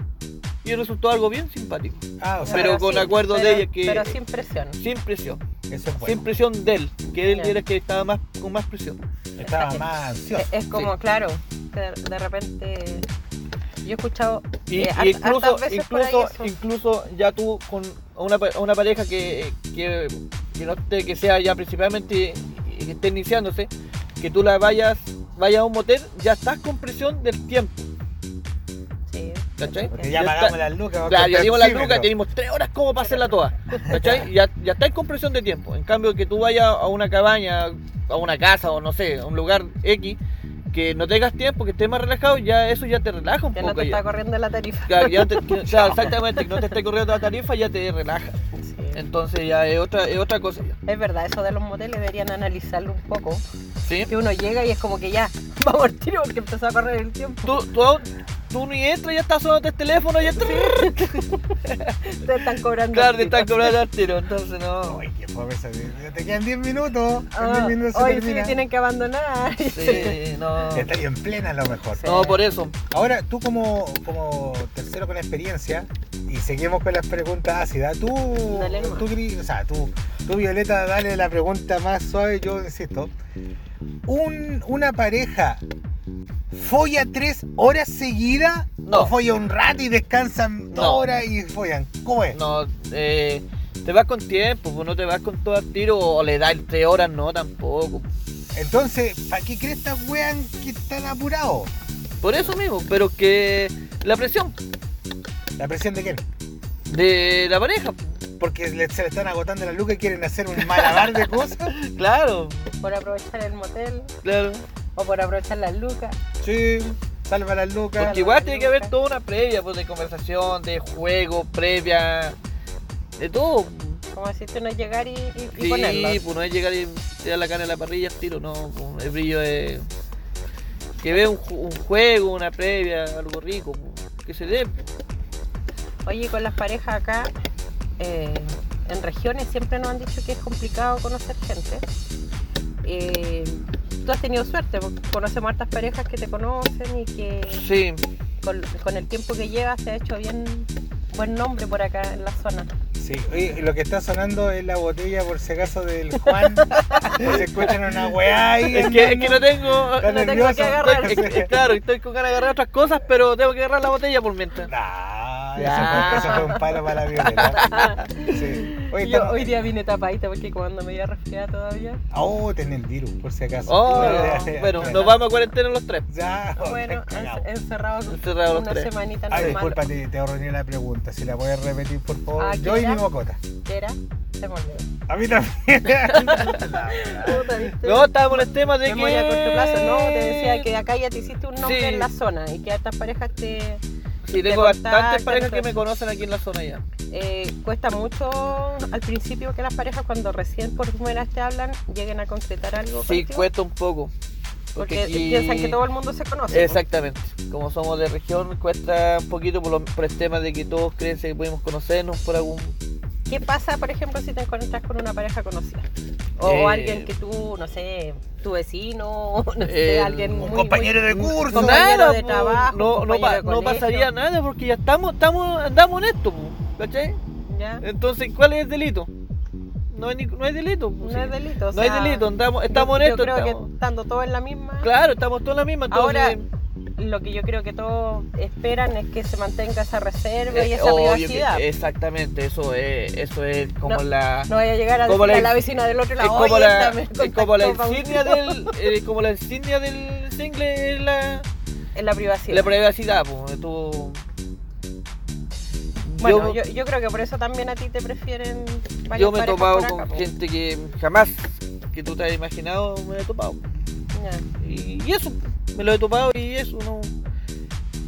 Speaker 15: y resultó algo bien simpático.
Speaker 19: Ah, o sea,
Speaker 15: pero con
Speaker 7: sin-
Speaker 15: acuerdo
Speaker 7: pero-
Speaker 15: de ella que.
Speaker 7: Pero sin presión.
Speaker 15: Sin presión.
Speaker 19: Eso es
Speaker 15: Sin
Speaker 19: bueno.
Speaker 15: presión de él, que él
Speaker 7: Ya.
Speaker 15: era el que estaba más, con más presión.
Speaker 19: Estaba más ansioso.
Speaker 7: Es, es como,
Speaker 15: Sí.
Speaker 7: claro, de, de repente. Yo he escuchado.
Speaker 15: Y,
Speaker 7: eh,
Speaker 15: y
Speaker 7: hart-
Speaker 15: incluso,
Speaker 7: hartas veces por ahí
Speaker 15: incluso,
Speaker 7: eso.
Speaker 15: incluso ya tú con a una, pa- a una pareja que, que, que no te- que sea ya principalmente y que esté iniciándose, que tú la vayas, vayas a un motel, ya estás con presión del tiempo.
Speaker 7: Sí.
Speaker 15: ¿Cachai?
Speaker 19: Porque ya pagamos las lucas, vamos
Speaker 15: eh, Claro,
Speaker 19: con
Speaker 15: ya dimos las
Speaker 19: Pepsi,
Speaker 15: lucas,
Speaker 19: pero-
Speaker 15: tenemos tres horas como para hacerla toda. ¿Cachai? Ya, ya estáis con presión de tiempo. En cambio, que tú vayas a una cabaña, a una casa o no sé, a un lugar X, que no tengas tiempo, que estés más relajado, ya eso ya te relaja un
Speaker 7: Que no
Speaker 15: poco.
Speaker 7: te
Speaker 15: ya.
Speaker 7: está corriendo la tarifa.
Speaker 15: Claro, ya te- que- claro, exactamente, que no te esté corriendo la tarifa ya te relaja.
Speaker 7: Sí.
Speaker 15: Entonces ya es otra, es otra cosa.
Speaker 7: Es verdad, eso de los moteles deberían analizarlo un poco. ¿Sí? Que uno llega y es como que ya, vamos al tiro porque empezó a correr el tiempo.
Speaker 15: Tú, tú, aún- tú ni entras, ya estás sonando el teléfono, ya estás...
Speaker 7: te están cobrando.
Speaker 15: Claro, te están cobrando al tiro, entonces no.
Speaker 19: Te quedan 10 minutos.
Speaker 7: Ah,
Speaker 19: en 10 minutos se
Speaker 7: hoy sí
Speaker 19: termina.
Speaker 7: tienen que abandonar.
Speaker 15: Sí, no.
Speaker 19: Está en plena a lo mejor.
Speaker 15: No, por eso.
Speaker 19: Ahora, tú como, como tercero con experiencia, y seguimos con las preguntas ácidas, tú, tú, Cris- o sea, tú, tú, Violeta, dale la pregunta más suave, yo insisto. Un, ¿Una pareja folla tres horas seguidas?
Speaker 15: No.
Speaker 19: ¿O folla un rato y descansan dos
Speaker 15: No.
Speaker 19: horas y follan? ¿Cómo es?
Speaker 15: No, eh, te vas con tiempo, pues no te vas con todo al tiro o le das tres horas, no tampoco.
Speaker 19: Entonces, ¿para qué crees estas weas que están apurados?
Speaker 15: Por eso mismo, pero que la presión
Speaker 19: ¿La presión de quién?
Speaker 15: de la pareja. pues,
Speaker 19: Porque le- se le están agotando las lucas y quieren hacer un malabar de cosas.
Speaker 15: claro.
Speaker 7: Por aprovechar el motel
Speaker 15: Claro.
Speaker 7: o por aprovechar las lucas.
Speaker 19: Sí, salva las lucas.
Speaker 15: Porque igual tiene que haber toda una previa pues, de conversación, de juego, previa, de todo.
Speaker 7: Como decirte no llegar y, y, y
Speaker 15: Sí,
Speaker 7: ponerlas.
Speaker 15: pues no es llegar y tirar la cara en la parrilla, al tiro, no. pues, El brillo es. Que vea un, ju- un juego, una previa, algo rico, pues, que se dé.
Speaker 7: Oye, con las parejas acá, eh, en regiones siempre nos han dicho que es complicado conocer gente. Eh, tú has tenido suerte, porque conocemos hartas parejas que te conocen y que
Speaker 15: Sí,
Speaker 7: con, con el tiempo que llevas te ha hecho bien buen nombre por acá en la zona.
Speaker 19: Sí, oye, lo que está sonando es la botella, por si acaso, del Juan. se escuchan una weá ahí.
Speaker 15: es, que, es que no tengo,
Speaker 19: Está
Speaker 15: no tengo
Speaker 19: nervioso,
Speaker 15: que agarrar.
Speaker 19: entonces.
Speaker 15: es que, claro, estoy con ganas de agarrar otras cosas, pero tengo que agarrar la botella por mientras.
Speaker 19: Ah, eso, fue, eso fue un palo para la violeta. Sí. Oye,
Speaker 7: Yo
Speaker 19: estamos-
Speaker 7: hoy día vine tapadita porque cuando me iba a resfriar todavía.
Speaker 19: Oh, tenés el virus, por si acaso.
Speaker 15: Oh, bueno, nos vamos a cuarentena los tres.
Speaker 19: Ya,
Speaker 15: Oh,
Speaker 7: Bueno, en- encerrados
Speaker 15: Encerrados los
Speaker 7: una
Speaker 15: tres. Ah,
Speaker 7: semanita
Speaker 19: Ay,
Speaker 7: normal.
Speaker 19: disculpa, te, te arruiné la pregunta. Si la puedes repetir, por favor.
Speaker 7: Ah,
Speaker 19: Yo y
Speaker 7: ¿qué
Speaker 19: mi
Speaker 7: era?
Speaker 19: mocota.
Speaker 7: ¿Qué era? Se me olvidó.
Speaker 19: A mí también.
Speaker 7: Puta, ¿viste?
Speaker 15: No, estábamos en el tema de
Speaker 7: Memoria a corto plazo,
Speaker 15: que.
Speaker 7: ¿no? Te decía que acá ya te hiciste un nombre
Speaker 15: Sí.
Speaker 7: en la zona y que a estas parejas te.
Speaker 15: Sí,
Speaker 7: te
Speaker 15: tengo bastantes
Speaker 7: contactan,
Speaker 15: parejas que
Speaker 7: entonces,
Speaker 15: me conocen aquí en la zona ya.
Speaker 7: eh, cuesta mucho al principio que las parejas, cuando recién por primera vez te hablan, lleguen a concretar algo.
Speaker 15: Sí,
Speaker 7: contigo,
Speaker 15: cuesta un poco.
Speaker 7: porque
Speaker 15: aquí-
Speaker 7: piensan que todo el mundo se conoce. ¿no?
Speaker 15: Exactamente. Como somos de región, cuesta un poquito por, lo- por el tema de que todos creen que podemos conocernos por algún.
Speaker 7: ¿Qué pasa, por ejemplo, si te encuentras con una pareja conocida? O
Speaker 15: Eh,
Speaker 7: alguien que tú, no sé, tu vecino, no sé,
Speaker 15: el-
Speaker 7: alguien. muy, muy-
Speaker 19: de
Speaker 7: curso. compañero
Speaker 15: Nada,
Speaker 7: de
Speaker 15: po.
Speaker 7: trabajo,
Speaker 15: No, no,
Speaker 7: compañero
Speaker 15: pa-
Speaker 7: de
Speaker 15: no
Speaker 7: colegio.
Speaker 15: pasaría nada porque ya estamos, estamos andamos en esto, po, ¿cachai?
Speaker 7: Ya.
Speaker 15: Entonces, ¿cuál es el delito? No hay, ni- no hay delito. po,
Speaker 7: No
Speaker 15: sí.
Speaker 7: hay delito. o
Speaker 15: No hay
Speaker 7: sea,
Speaker 15: delito, andamos, estamos
Speaker 7: yo-
Speaker 15: en esto.
Speaker 7: Yo creo
Speaker 15: estamos.
Speaker 7: que estando todos en la misma.
Speaker 15: Claro, estamos todos en la misma. entonces-
Speaker 7: Ahora, lo que yo creo que todos esperan es que se mantenga esa reserva y
Speaker 15: Eh,
Speaker 7: esa
Speaker 15: obvio que-
Speaker 7: privacidad.
Speaker 15: exactamente, eso es, eso es como
Speaker 7: No,
Speaker 15: la.
Speaker 7: no vaya a llegar a
Speaker 15: como
Speaker 7: decirle
Speaker 15: la-
Speaker 7: a la vecina del otro
Speaker 15: es
Speaker 7: lado.
Speaker 15: como
Speaker 7: "Oye,
Speaker 15: la,
Speaker 7: esta me
Speaker 15: es
Speaker 7: contactó
Speaker 15: como la
Speaker 7: pa' un
Speaker 15: insignia
Speaker 7: tiro".
Speaker 15: del, eh, como la insignia del single es la,
Speaker 7: En la privacidad.
Speaker 15: la privacidad, pues, tú-
Speaker 7: Bueno,
Speaker 15: yo,
Speaker 7: yo, yo creo que por eso también a ti te prefieren varias
Speaker 15: yo me he
Speaker 7: parejas
Speaker 15: topado
Speaker 7: por acá,
Speaker 15: con
Speaker 7: po.
Speaker 15: gente que jamás que tú te has imaginado me he topado.
Speaker 7: Ya.
Speaker 15: Y, y eso, me lo he topado y eso no.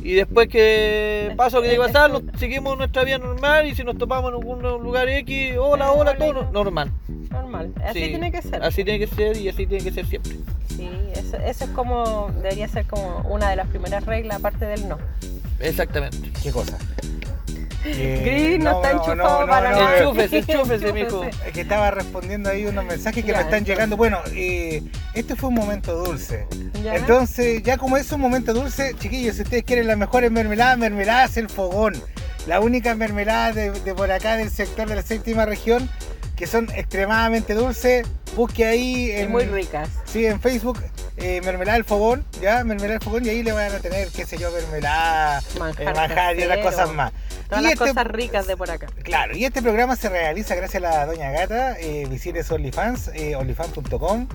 Speaker 15: Y después que pasa lo que tiene que pasar, nos- seguimos nuestra vida normal y si nos topamos en algún lugar X, hola, hola, todo no- normal.
Speaker 7: Normal. Así
Speaker 15: Sí,
Speaker 7: tiene que ser.
Speaker 15: Así tiene que ser y así tiene que ser siempre.
Speaker 7: Sí, eso, eso es como, debería ser como una de las primeras reglas, aparte del no.
Speaker 15: Exactamente.
Speaker 19: ¿Qué cosa? Eh,
Speaker 7: Gris no está enchufado para nada.
Speaker 15: Enchúfese, enchúfese, mijo.
Speaker 19: Es eh, que estaba respondiendo ahí unos mensajes que
Speaker 15: Ya,
Speaker 19: me están
Speaker 15: entonces.
Speaker 19: llegando. Bueno, eh, este fue un momento dulce.
Speaker 7: Ya.
Speaker 19: Entonces, ya como es un momento dulce, chiquillos, si ustedes quieren las mejores mermeladas, mermeladas el fogón. La única mermelada de, de por acá del sector de la séptima región, que son extremadamente dulces. Busque ahí
Speaker 7: Y
Speaker 19: en,
Speaker 7: muy ricas.
Speaker 19: Sí, en Facebook, eh, Mermelada del Fogón, ya, Mermelada del Fogón, y ahí le van a tener, qué sé yo, mermelada, eh,
Speaker 7: Manjar
Speaker 19: manjar, y otras
Speaker 7: casero.
Speaker 19: cosas más.
Speaker 7: Todas
Speaker 19: Y
Speaker 7: las
Speaker 19: este-
Speaker 7: cosas ricas de por acá.
Speaker 19: Claro, y este programa se realiza gracias a la Doña Gata. Eh, visite su OnlyFans, eh, onlyfans.com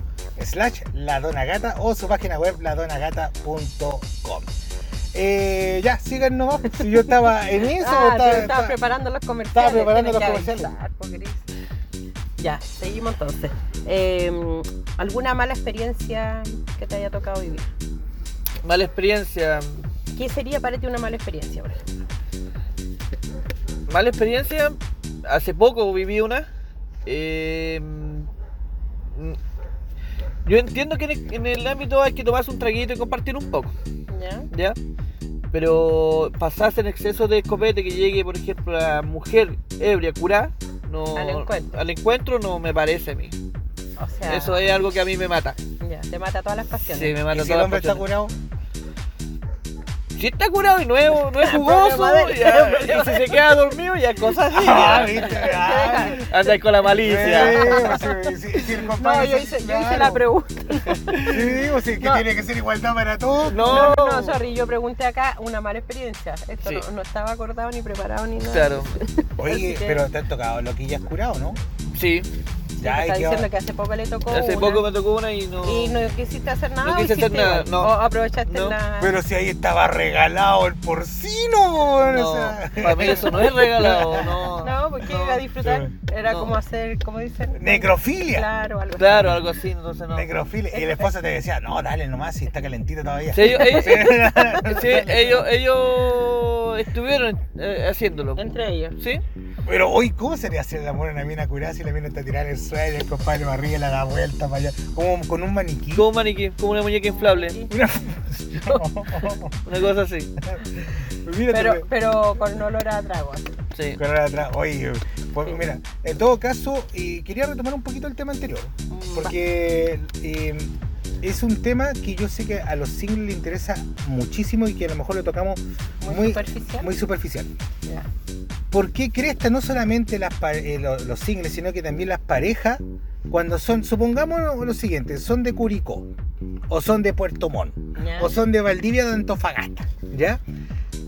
Speaker 19: slash la Dona Gata o su página web ladonagata.com. Eh, ya, sigan nomás. Si Yo estaba en eso,
Speaker 7: Ah, tú
Speaker 19: estaba,
Speaker 7: estabas
Speaker 19: estaba-
Speaker 7: preparando los comerciales.
Speaker 19: estaba preparando
Speaker 7: tienes
Speaker 19: los
Speaker 7: que avisar, po, Cris. Ya, seguimos entonces. Eh, ¿Alguna mala experiencia que te haya tocado vivir?
Speaker 15: Mala experiencia.
Speaker 7: ¿Qué sería para ti una mala experiencia? por ejemplo?
Speaker 15: Mala experiencia. hace poco viví una. eh, yo entiendo que en el, en el ámbito hay que tomarse un traguito y compartir un poco,
Speaker 7: ¿Ya?
Speaker 15: ¿ya? Pero pasarse en exceso de escopete que llegue, por ejemplo, la mujer ebria curá no,
Speaker 7: Al encuentro.
Speaker 15: al encuentro no me parece a mí.
Speaker 7: O sea,
Speaker 15: Eso es algo que a mí me mata.
Speaker 7: Ya, te mata todas las pasiones.
Speaker 15: Sí, me mata
Speaker 19: ¿Y si
Speaker 15: todas
Speaker 19: el hombre
Speaker 15: las
Speaker 19: está curado?
Speaker 15: Si está curado y no es, no es jugoso,
Speaker 19: Problema de él,
Speaker 15: ya,
Speaker 19: problema
Speaker 15: y si se queda dormido, ya cosas así.
Speaker 7: Ah,
Speaker 15: ya. Anda con la malicia.
Speaker 19: pues,
Speaker 7: No, yo hice, yo hice la pregunta.
Speaker 19: Sí, o sea, que tiene que ser igualdad para todos.
Speaker 7: No,
Speaker 15: Oh.
Speaker 7: no, no, sorry, yo pregunté acá una mala experiencia. Esto
Speaker 19: Sí.
Speaker 7: no, no estaba acordado ni preparado ni nada.
Speaker 19: Claro.
Speaker 7: Así
Speaker 19: Oye,
Speaker 7: que-
Speaker 19: pero te han tocado loquillas curado, ¿no?
Speaker 15: Sí.
Speaker 19: Ya,
Speaker 7: Está
Speaker 19: hay que
Speaker 7: diciendo que hace poco le tocó
Speaker 15: Hace
Speaker 7: una.
Speaker 15: poco me tocó una y no.
Speaker 7: Y no quisiste hacer nada.
Speaker 15: No
Speaker 7: o
Speaker 15: quise hacer
Speaker 7: hiciste
Speaker 15: nada,
Speaker 7: igual?
Speaker 15: no.
Speaker 7: O aprovechaste
Speaker 15: No.
Speaker 7: la...
Speaker 19: Pero si ahí estaba regalado el porcino, weón, o sea.
Speaker 15: para mí eso no es regalado, no.
Speaker 7: No, porque iba a disfrutar. Era como hacer, ¿cómo dicen?
Speaker 19: Necrofilia.
Speaker 7: Claro, algo así.
Speaker 15: Claro, algo así, entonces no.
Speaker 19: Necrofilia. Y la esposa te decía, no, dale nomás, si está calentito todavía.
Speaker 15: Sí, ellos, ellos, sí, ellos, ellos estuvieron eh, haciéndolo.
Speaker 7: Entre ellos.
Speaker 15: Sí.
Speaker 19: Pero hoy, ¿cómo sería hacer el amor a una mina curada si la mina está tirada en el suelo, el compadre va arriba, la da vuelta para allá? Como con un maniquí.
Speaker 15: Como un maniquí, como una muñeca inflable.
Speaker 19: Una,
Speaker 15: una cosa así.
Speaker 19: Mira, te
Speaker 7: Pero,
Speaker 19: veo.
Speaker 7: pero con olor a trago.
Speaker 15: Sí.
Speaker 19: Con la atrás. Oye, pues mira, en todo caso, eh, quería retomar un poquito el tema anterior. Porque eh, es un tema que yo sé que a los singles les interesa muchísimo y que a lo mejor lo tocamos muy, muy superficial.
Speaker 7: Ya.
Speaker 19: ¿Por qué cresta no solamente las pa- eh, lo- los, singles, sino que también las parejas, cuando son, supongamos lo- lo siguiente, son de Curicó, o son de Puerto Montt,
Speaker 7: Ya.
Speaker 19: o son de Valdivia de Antofagasta, ¿ya?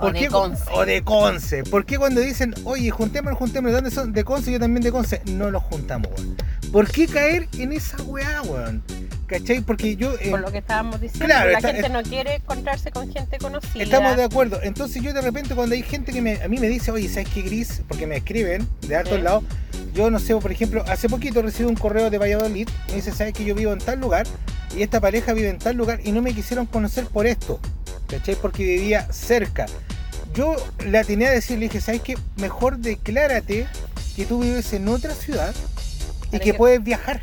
Speaker 7: O de
Speaker 19: cu-
Speaker 7: Conce.
Speaker 19: o de Conce. ¿Por qué cuando dicen, oye, juntémonos, juntémonos, ¿dónde son? De Conce, yo también de Conce. No los juntamos, weón. ¿Por qué caer en esa weá, weón? ¿Cachai? Porque yo... eh,
Speaker 7: Por lo que estábamos diciendo,
Speaker 19: Claro,
Speaker 7: la
Speaker 19: está-
Speaker 7: gente no quiere encontrarse con gente conocida.
Speaker 19: Estamos de acuerdo. Entonces yo de repente cuando hay gente que me- a mí me dice, oye, ¿sabes qué gris? Porque me escriben de hartos
Speaker 7: Sí.
Speaker 19: lados. Yo no sé, por ejemplo, hace poquito recibí un correo de Valladolid. Me dice, ¿sabes que yo vivo en tal lugar? Y esta pareja vive en tal lugar y no me quisieron conocer por esto. ¿Cachai? Porque vivía cerca. Yo la tenía a decir, le dije, ¿sabes qué? Mejor declárate que tú vives en otra ciudad y
Speaker 7: Para
Speaker 19: que
Speaker 7: que-
Speaker 19: puedes viajar.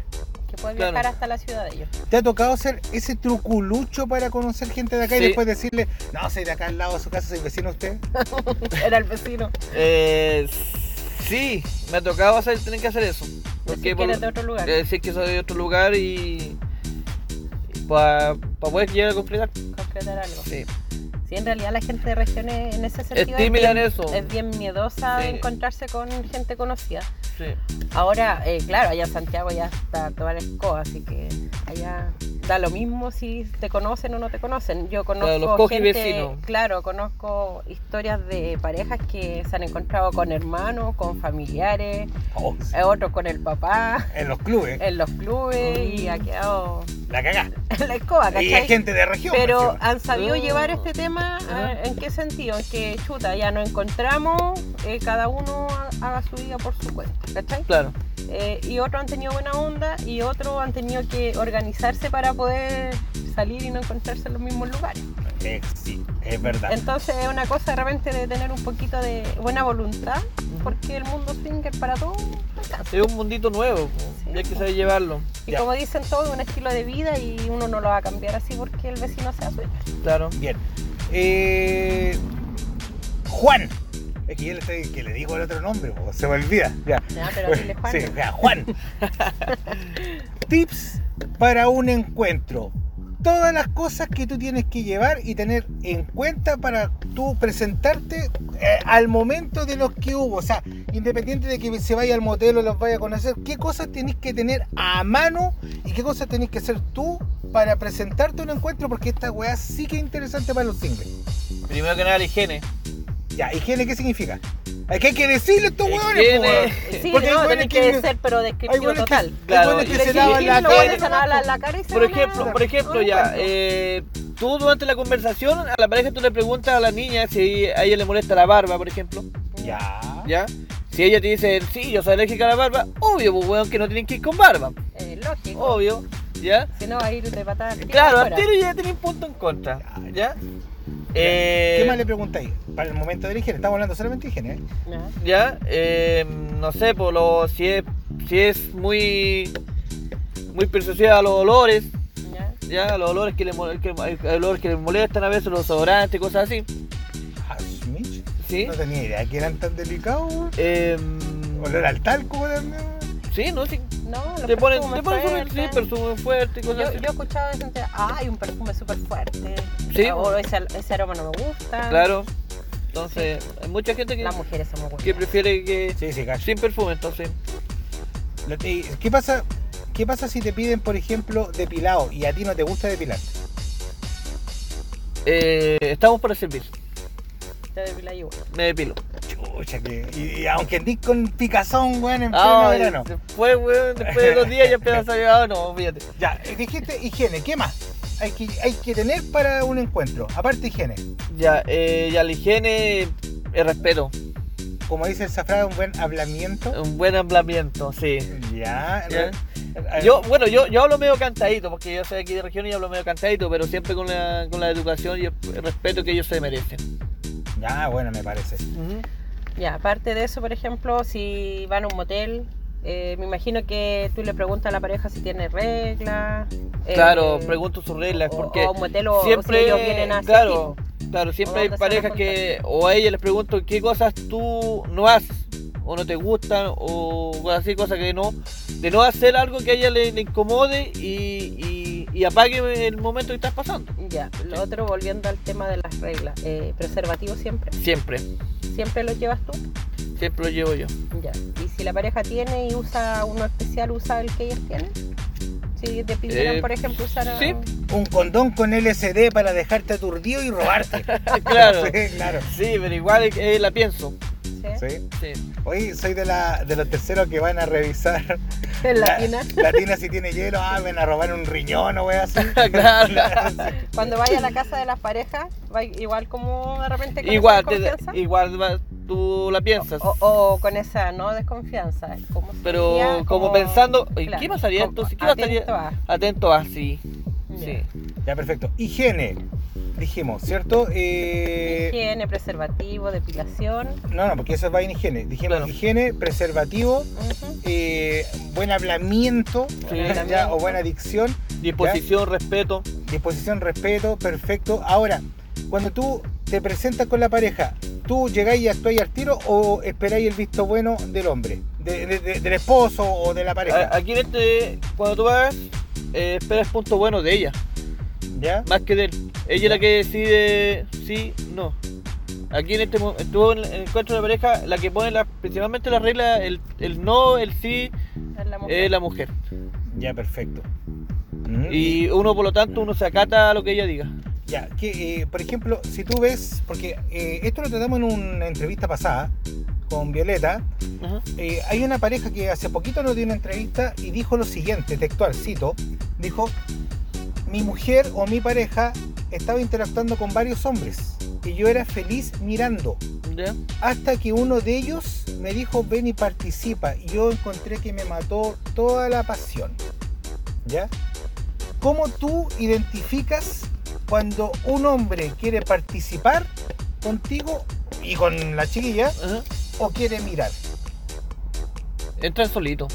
Speaker 7: Que pueden
Speaker 19: Claro.
Speaker 7: viajar hasta la ciudad de ellos.
Speaker 19: ¿Te ha tocado hacer ese truculucho para conocer gente de acá y
Speaker 15: Sí.
Speaker 19: después decirle, no, soy de acá al lado de su casa, soy vecino de usted?
Speaker 7: Era el vecino.
Speaker 15: Eh, sí, me ha tocado hacer, tener que hacer eso.
Speaker 7: que eres de otro lugar.
Speaker 15: eh, sí, que soy de otro lugar y. Para poder llegar a completar.
Speaker 7: Concretar algo.
Speaker 15: Sí.
Speaker 7: Sí, en realidad la gente de regiones en ese sentido
Speaker 15: tímida en
Speaker 7: bien,
Speaker 15: eso.
Speaker 7: es bien miedosa de
Speaker 15: Sí.
Speaker 7: encontrarse con gente conocida.
Speaker 15: Sí.
Speaker 7: Ahora, eh, claro, allá en Santiago ya está toda la escoba, así que allá da lo mismo si te conocen o no te conocen. Yo conozco
Speaker 15: Claro, los coji
Speaker 7: gente,
Speaker 15: vecinos.
Speaker 7: claro, conozco historias de parejas que se han encontrado con hermanos, con familiares,
Speaker 19: Oh, sí,
Speaker 7: eh, otros con el papá,
Speaker 19: en los clubes,
Speaker 7: en los clubes y
Speaker 15: Mm.
Speaker 7: ha quedado
Speaker 19: la cagá.
Speaker 7: en la escoba,
Speaker 19: Y
Speaker 7: Ah, ¿cachai?
Speaker 19: hay gente de región.
Speaker 7: Pero
Speaker 19: encima.
Speaker 7: han sabido
Speaker 15: No.
Speaker 7: llevar este tema,
Speaker 15: Ah. Ajá.
Speaker 7: ¿en qué sentido? En que chuta, ya nos encontramos, eh, cada uno ha- haga su vida por su cuenta, ¿cachai?
Speaker 15: Claro.
Speaker 7: Eh, y otros han tenido buena onda y otros han tenido que organizarse para poder salir y no encontrarse en los mismos lugares.
Speaker 19: Eh, sí, es verdad.
Speaker 7: Entonces es una cosa de repente de tener un poquito de buena voluntad, porque el mundo swinger para todos
Speaker 15: Es un mundito nuevo, po, y hay que saber llevarlo.
Speaker 7: y como dicen todos, es un estilo de vida y uno no lo va a cambiar así porque el vecino sea suyo.
Speaker 15: Claro.
Speaker 19: Bien. Eh, Juan. Es que yo le, estoy- que le digo el otro nombre, po, se me olvida. Ya,
Speaker 7: Ya, pero dile Juan.
Speaker 19: Sí, ya, Juan. Tips para un encuentro. Todas las cosas que tú tienes que llevar y tener en cuenta para tú presentarte eh, al momento de los que hubo. O sea, independiente de que se vaya al motel o los vaya a conocer, ¿qué cosas tenés que tener a mano y qué cosas tenés que hacer tú para presentarte a un encuentro? Porque esta weá sí que es interesante para los singles.
Speaker 15: Primero que nada, la higiene.
Speaker 19: Ya, higiene, ¿qué significa? Es que hay que decirle a estos hueones,
Speaker 15: Higiene.
Speaker 19: po, weón.
Speaker 7: Sí,
Speaker 19: Porque hay
Speaker 7: no,
Speaker 19: hueones
Speaker 7: tiene que, ser, pero
Speaker 19: hay
Speaker 7: descriptivo
Speaker 19: hueones que-
Speaker 7: total.
Speaker 19: hay
Speaker 15: Claro,
Speaker 19: hueones que
Speaker 15: y
Speaker 19: se
Speaker 15: le-
Speaker 19: lavan
Speaker 7: y
Speaker 19: la
Speaker 7: los hueones
Speaker 19: cara.
Speaker 7: se lavan la- la cara y se
Speaker 15: Por
Speaker 7: van a- Ah,
Speaker 15: ejemplo, por ejemplo ya, eh, tú durante la conversación a la pareja tú le preguntas a la niña si a ella le molesta la barba, por ejemplo.
Speaker 19: Ya.
Speaker 15: ¿Ya? Si ella te dice, sí, yo soy alérgica a la barba, obvio, pues, weón, que no tienen que ir con barba.
Speaker 7: Eh, lógico.
Speaker 15: Obvio, ¿ya?
Speaker 7: Si no va a ir de patada. al tiro
Speaker 15: Claro,
Speaker 7: afuera.
Speaker 15: al tiro ya tienen punto en contra, ¿ya? Eh,
Speaker 19: ¿Qué más le preguntáis? Para el momento de la higiene, estamos hablando solamente de higiene. ¿eh?
Speaker 15: Ya, eh, no sé, por lo, si, es, si es muy muy persuasiva a los olores, ya, a los olores que le, mol- que, a los olores que le molestan a veces, los odorantes, cosas así. ¿Sí?
Speaker 19: Ah,
Speaker 15: Em,
Speaker 19: No tenía idea que eran tan delicados. Olor al talco también.
Speaker 15: Sí, no, sí.
Speaker 7: No, los
Speaker 15: Te ponen,
Speaker 7: perfumes
Speaker 15: te ponen
Speaker 7: fuertes.
Speaker 15: perfume, sí, perfume fuerte y
Speaker 7: Yo,
Speaker 15: cosas
Speaker 7: yo
Speaker 15: así.
Speaker 7: he escuchado de gente, ay, un perfume súper fuerte.
Speaker 15: Sí. pues.
Speaker 7: O ese, ese aroma no me gusta.
Speaker 15: Claro. Entonces, hay mucha gente que,
Speaker 7: Las mujeres somos buenas.
Speaker 15: que prefiere que sin perfume, entonces.
Speaker 19: Lo- eh, ¿Qué pasa, ¿Qué pasa si te piden, por ejemplo, depilado y a ti no te gusta depilar?
Speaker 15: Eh, estamos para servir.
Speaker 7: Te depila igual.
Speaker 15: Me depilo.
Speaker 19: Chucha, que. Y, y aunque andís con picazón, weón, en pleno
Speaker 15: Ah,
Speaker 19: verano.
Speaker 15: después, weón, después de dos días ya empiezas a llegar, no, fíjate.
Speaker 19: Ya, eh, dijiste higiene, ¿qué más? Hay que, hay que tener para un encuentro, aparte higiene.
Speaker 15: Ya, eh, ya la higiene, el respeto.
Speaker 19: Como dice el zafrado, un buen hablamiento.
Speaker 15: Un buen hablamiento, sí.
Speaker 19: Ya,
Speaker 15: Ya.
Speaker 19: eh,
Speaker 15: Yo, bueno, yo, yo hablo medio cantadito, porque yo soy aquí de región y hablo medio cantadito, pero siempre con la, con la educación y el el respeto que ellos se merecen.
Speaker 19: Ya, bueno, me parece.
Speaker 7: Ya, aparte de eso, por ejemplo, si van a un motel, eh, me imagino que tú le preguntas a la pareja si tiene reglas.
Speaker 15: claro, pregunto sus reglas, porque
Speaker 7: Eh, o un motel o- o si
Speaker 15: siempre,
Speaker 7: ellos vienen a
Speaker 15: claro, claro, siempre
Speaker 7: o
Speaker 15: hay
Speaker 7: dónde se
Speaker 15: parejas
Speaker 7: van a
Speaker 15: que, o a ellas les pregunto qué cosas tú no haces, o no te gustan, o cosas así, cosas que no, de no hacer algo que a ella le, le incomode y, y- y apague el momento que estás pasando.
Speaker 7: Ya, lo otro, volviendo al tema de las reglas. Eh, preservativo siempre.
Speaker 15: Siempre,
Speaker 7: ¿Siempre lo llevas tú?
Speaker 15: siempre lo llevo yo.
Speaker 7: Ya. Y si la pareja tiene y usa uno especial, usa el que ellas tienen. Si te pidieran,
Speaker 19: Eh,
Speaker 7: por ejemplo, usar. a-
Speaker 19: Un condón con LSD para dejarte aturdido y robarte.
Speaker 15: Claro.
Speaker 19: Sí, claro.
Speaker 15: Sí, pero igual eh, la pienso.
Speaker 19: Sí.
Speaker 15: Sí.
Speaker 19: Oye, soy de, la, de los terceros que van a revisar.
Speaker 7: En la
Speaker 19: la-
Speaker 7: tina.
Speaker 19: La tina si tiene hielo, ah, van a robar un riñón o wea así.
Speaker 15: Claro.
Speaker 7: Cuando vaya a la casa de las parejas, va igual como de repente con Oh,
Speaker 15: Igual,
Speaker 7: esa
Speaker 15: te-
Speaker 7: desconfianza.
Speaker 15: igual va- tú la piensas.
Speaker 7: O, o con esa no desconfianza. ¿Cómo se
Speaker 15: pero
Speaker 7: diría?
Speaker 15: como,
Speaker 7: Como-
Speaker 15: pensando, oye, ¿qué
Speaker 7: claro,
Speaker 15: pasaría
Speaker 7: como
Speaker 15: entonces? ¿Qué pasaría?
Speaker 7: atento a.
Speaker 15: Atento a, sí.
Speaker 7: Ya.
Speaker 19: Ya, perfecto. Higiene. Dijimos, ¿cierto? Eh,
Speaker 7: Higiene, preservativo, depilación.
Speaker 19: no, no, porque eso va en higiene. Dijimos higiene, preservativo, eh, buen hablamiento, ya,
Speaker 15: hablamiento.
Speaker 19: o buena dicción.
Speaker 15: Disposición, respeto.
Speaker 19: Disposición, respeto, perfecto. Ahora, cuando tú te presentas con la pareja, ¿tú llegáis y actuáis al tiro o esperáis el visto bueno del hombre, de- de- de- del esposo o de la pareja?
Speaker 15: A- Aquí en este, cuando tú vas, eh, esperas punto bueno de ella.
Speaker 19: ¿Ya?
Speaker 15: Más que de él. Ella es la que decide sí, no. Aquí en este mo- tú en el encuentro de pareja, la que pone la- principalmente la regla, el, el no, el sí,
Speaker 7: Es la mujer.
Speaker 15: es Eh, la mujer.
Speaker 19: Ya, perfecto. Mm,
Speaker 15: Y uno, por lo tanto, uno se acata a lo que ella diga.
Speaker 19: Ya, que eh, por ejemplo, si tú ves, porque eh, esto lo tratamos en una entrevista pasada con Violeta, eh, hay una pareja que hace poquito nos dio una entrevista y dijo lo siguiente, textual, cito, dijo, mi mujer o mi pareja estaba interactuando con varios hombres y yo era feliz mirando,
Speaker 15: ¿Ya?
Speaker 19: hasta que uno de ellos me dijo, ven y participa, y yo encontré que me mató toda la pasión. ¿Ya? ¿Cómo tú identificas cuando un hombre quiere participar contigo y con la chiquilla o quiere mirar?
Speaker 15: Entra solito.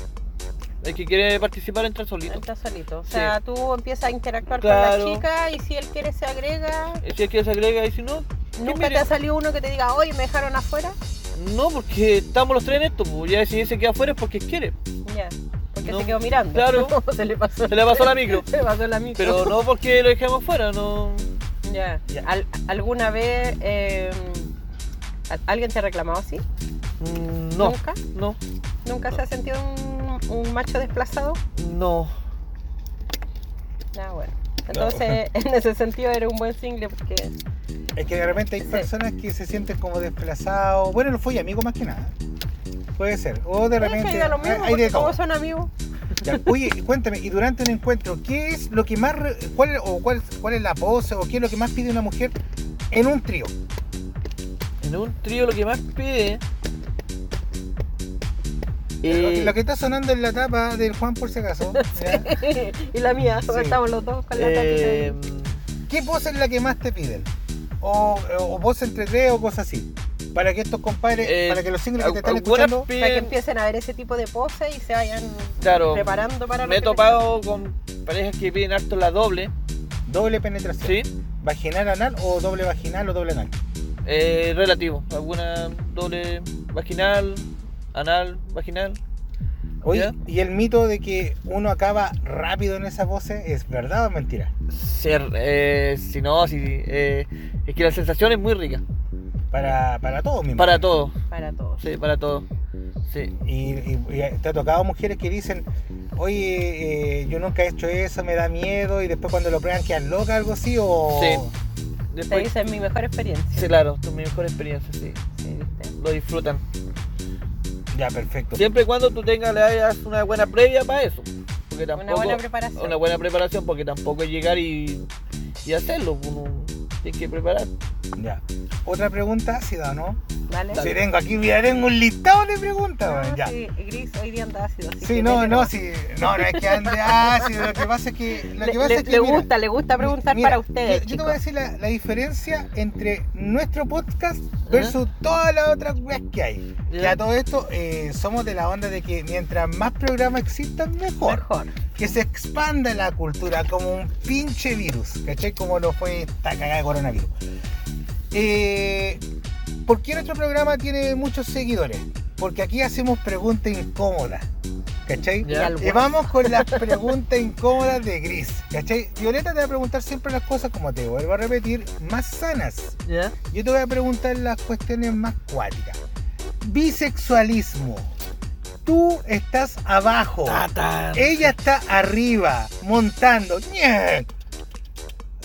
Speaker 15: El que quiere participar entra solito.
Speaker 7: Está solito. O
Speaker 15: Sí.
Speaker 7: sea, tú empiezas a interactuar
Speaker 15: Claro.
Speaker 7: con la chica y si él quiere se agrega.
Speaker 15: Si es que se agrega y si no,
Speaker 7: ¿Nunca te ha salido uno que te diga, oye, me dejaron afuera?
Speaker 15: no, porque estamos los tres en esto. Pues. Ya si él se queda afuera es porque quiere.
Speaker 7: Ya. Porque
Speaker 15: No.
Speaker 7: se quedó mirando.
Speaker 15: Claro.
Speaker 7: se le pasó.
Speaker 15: Se le pasó la micro.
Speaker 7: Se le pasó la micro.
Speaker 15: Pero no porque lo dejamos fuera, no.
Speaker 7: Ya. Al- ¿Alguna vez eh, al- alguien te ha reclamado así?
Speaker 15: no,
Speaker 7: ¿Nunca?
Speaker 15: No.
Speaker 7: ¿Nunca se ha sentido un, un macho desplazado?
Speaker 15: No.
Speaker 7: Ah, bueno. Entonces, en ese sentido, era un buen single porque.
Speaker 19: Es que de repente hay personas que se sienten como desplazados. Bueno, lo fui amigo más que nada. Puede ser. O de
Speaker 7: Es que
Speaker 19: repente
Speaker 7: da lo mismo,
Speaker 19: hay- hay de
Speaker 7: porque como
Speaker 19: todo.
Speaker 7: son amigos.
Speaker 19: Ya, Oye, cuéntame, y durante un encuentro, ¿qué es lo que más re- cuál o cuál, cuál es la pose o qué es lo que más pide una mujer en un trío?
Speaker 15: En un trío lo que más pide.
Speaker 19: Lo que-
Speaker 15: eh,
Speaker 19: lo que está sonando en la tapa del Juan por si acaso. ¿ya?
Speaker 7: y la mía,
Speaker 19: Sí.
Speaker 7: estamos los dos con la
Speaker 15: eh,
Speaker 19: ¿Qué pose es la que más te piden? o, o voz entre tres o cosas así. Para que estos compadres,
Speaker 15: Eh,
Speaker 19: para que los singles que te están
Speaker 15: al- algunas
Speaker 19: escuchando.
Speaker 15: pi-
Speaker 7: Para que empiecen a ver ese tipo de poses y se vayan
Speaker 15: Claro.
Speaker 7: preparando para lo
Speaker 15: Me he
Speaker 7: que les-
Speaker 15: topado con parejas que piden harto la doble.
Speaker 19: Doble penetración. Vaginal anal o doble vaginal o doble anal.
Speaker 15: Eh, relativo. Alguna doble vaginal, anal, vaginal.
Speaker 19: Oye,
Speaker 15: ¿Ya?
Speaker 19: y el mito de que uno acaba rápido en esas voces, ¿es verdad o es mentira?
Speaker 15: Ser- eh, si no, si, eh, es que la sensación es muy rica.
Speaker 19: Para, para todos mismos.
Speaker 15: Para todo.
Speaker 7: Para todos.
Speaker 15: Sí, para todo. Sí.
Speaker 19: Y, y- y te ha tocado mujeres que dicen, oye, eh, yo nunca he hecho eso, me da miedo, y después cuando lo prueban quedan locas, algo así, o...
Speaker 15: Sí.
Speaker 7: Te dicen mi mejor experiencia.
Speaker 15: Sí, claro, tu mejor experiencia, sí. Lo disfrutan.
Speaker 19: Ya, perfecto.
Speaker 15: Siempre y cuando tú tengas le hagas una buena previa para eso. Porque tampoco,
Speaker 7: buena preparación.
Speaker 15: Una buena preparación, porque tampoco es llegar y, y hacerlo. pues, Uno tiene que preparar.
Speaker 19: Ya. Otra pregunta, ácida, o ¿no?
Speaker 7: Dale.
Speaker 19: Si tengo aquí, mira, tengo un listado de preguntas, weón, ya.
Speaker 7: Ah, Sí, Gris hoy día anda ácido. así
Speaker 19: Sí,
Speaker 7: que
Speaker 19: no,
Speaker 7: mételo.
Speaker 19: no, sí, no, no es que ande ácido, lo que pasa es que... Lo
Speaker 7: Le-
Speaker 19: que pasa
Speaker 7: le-
Speaker 19: es que,
Speaker 7: le
Speaker 19: mira,
Speaker 7: gusta, le gusta preguntar
Speaker 19: mira,
Speaker 7: para ustedes,
Speaker 19: Yo, yo te voy a
Speaker 7: chicos.
Speaker 19: decir la, la diferencia entre nuestro podcast versus todas las otras weas que hay. Que a todo esto eh, somos de la onda de que mientras más programas existan, mejor. Que se expanda la cultura como un pinche virus, ¿cachai? Como lo fue esta cagada de coronavirus. Eh, ¿Por qué nuestro programa tiene muchos seguidores? Porque aquí hacemos preguntas incómodas. ¿Cachai?
Speaker 15: Ya.
Speaker 19: Y vamos con las preguntas incómodas de Gris. ¿Cachai? Violeta te va a preguntar siempre las cosas, como te vuelvo a repetir, más sanas.
Speaker 15: ¿Ya?
Speaker 19: Yo te voy a preguntar las cuestiones más cuáticas. Bisexualismo. Tú estás abajo.
Speaker 15: Ah,
Speaker 19: Ella está arriba, montando. ¡ñe!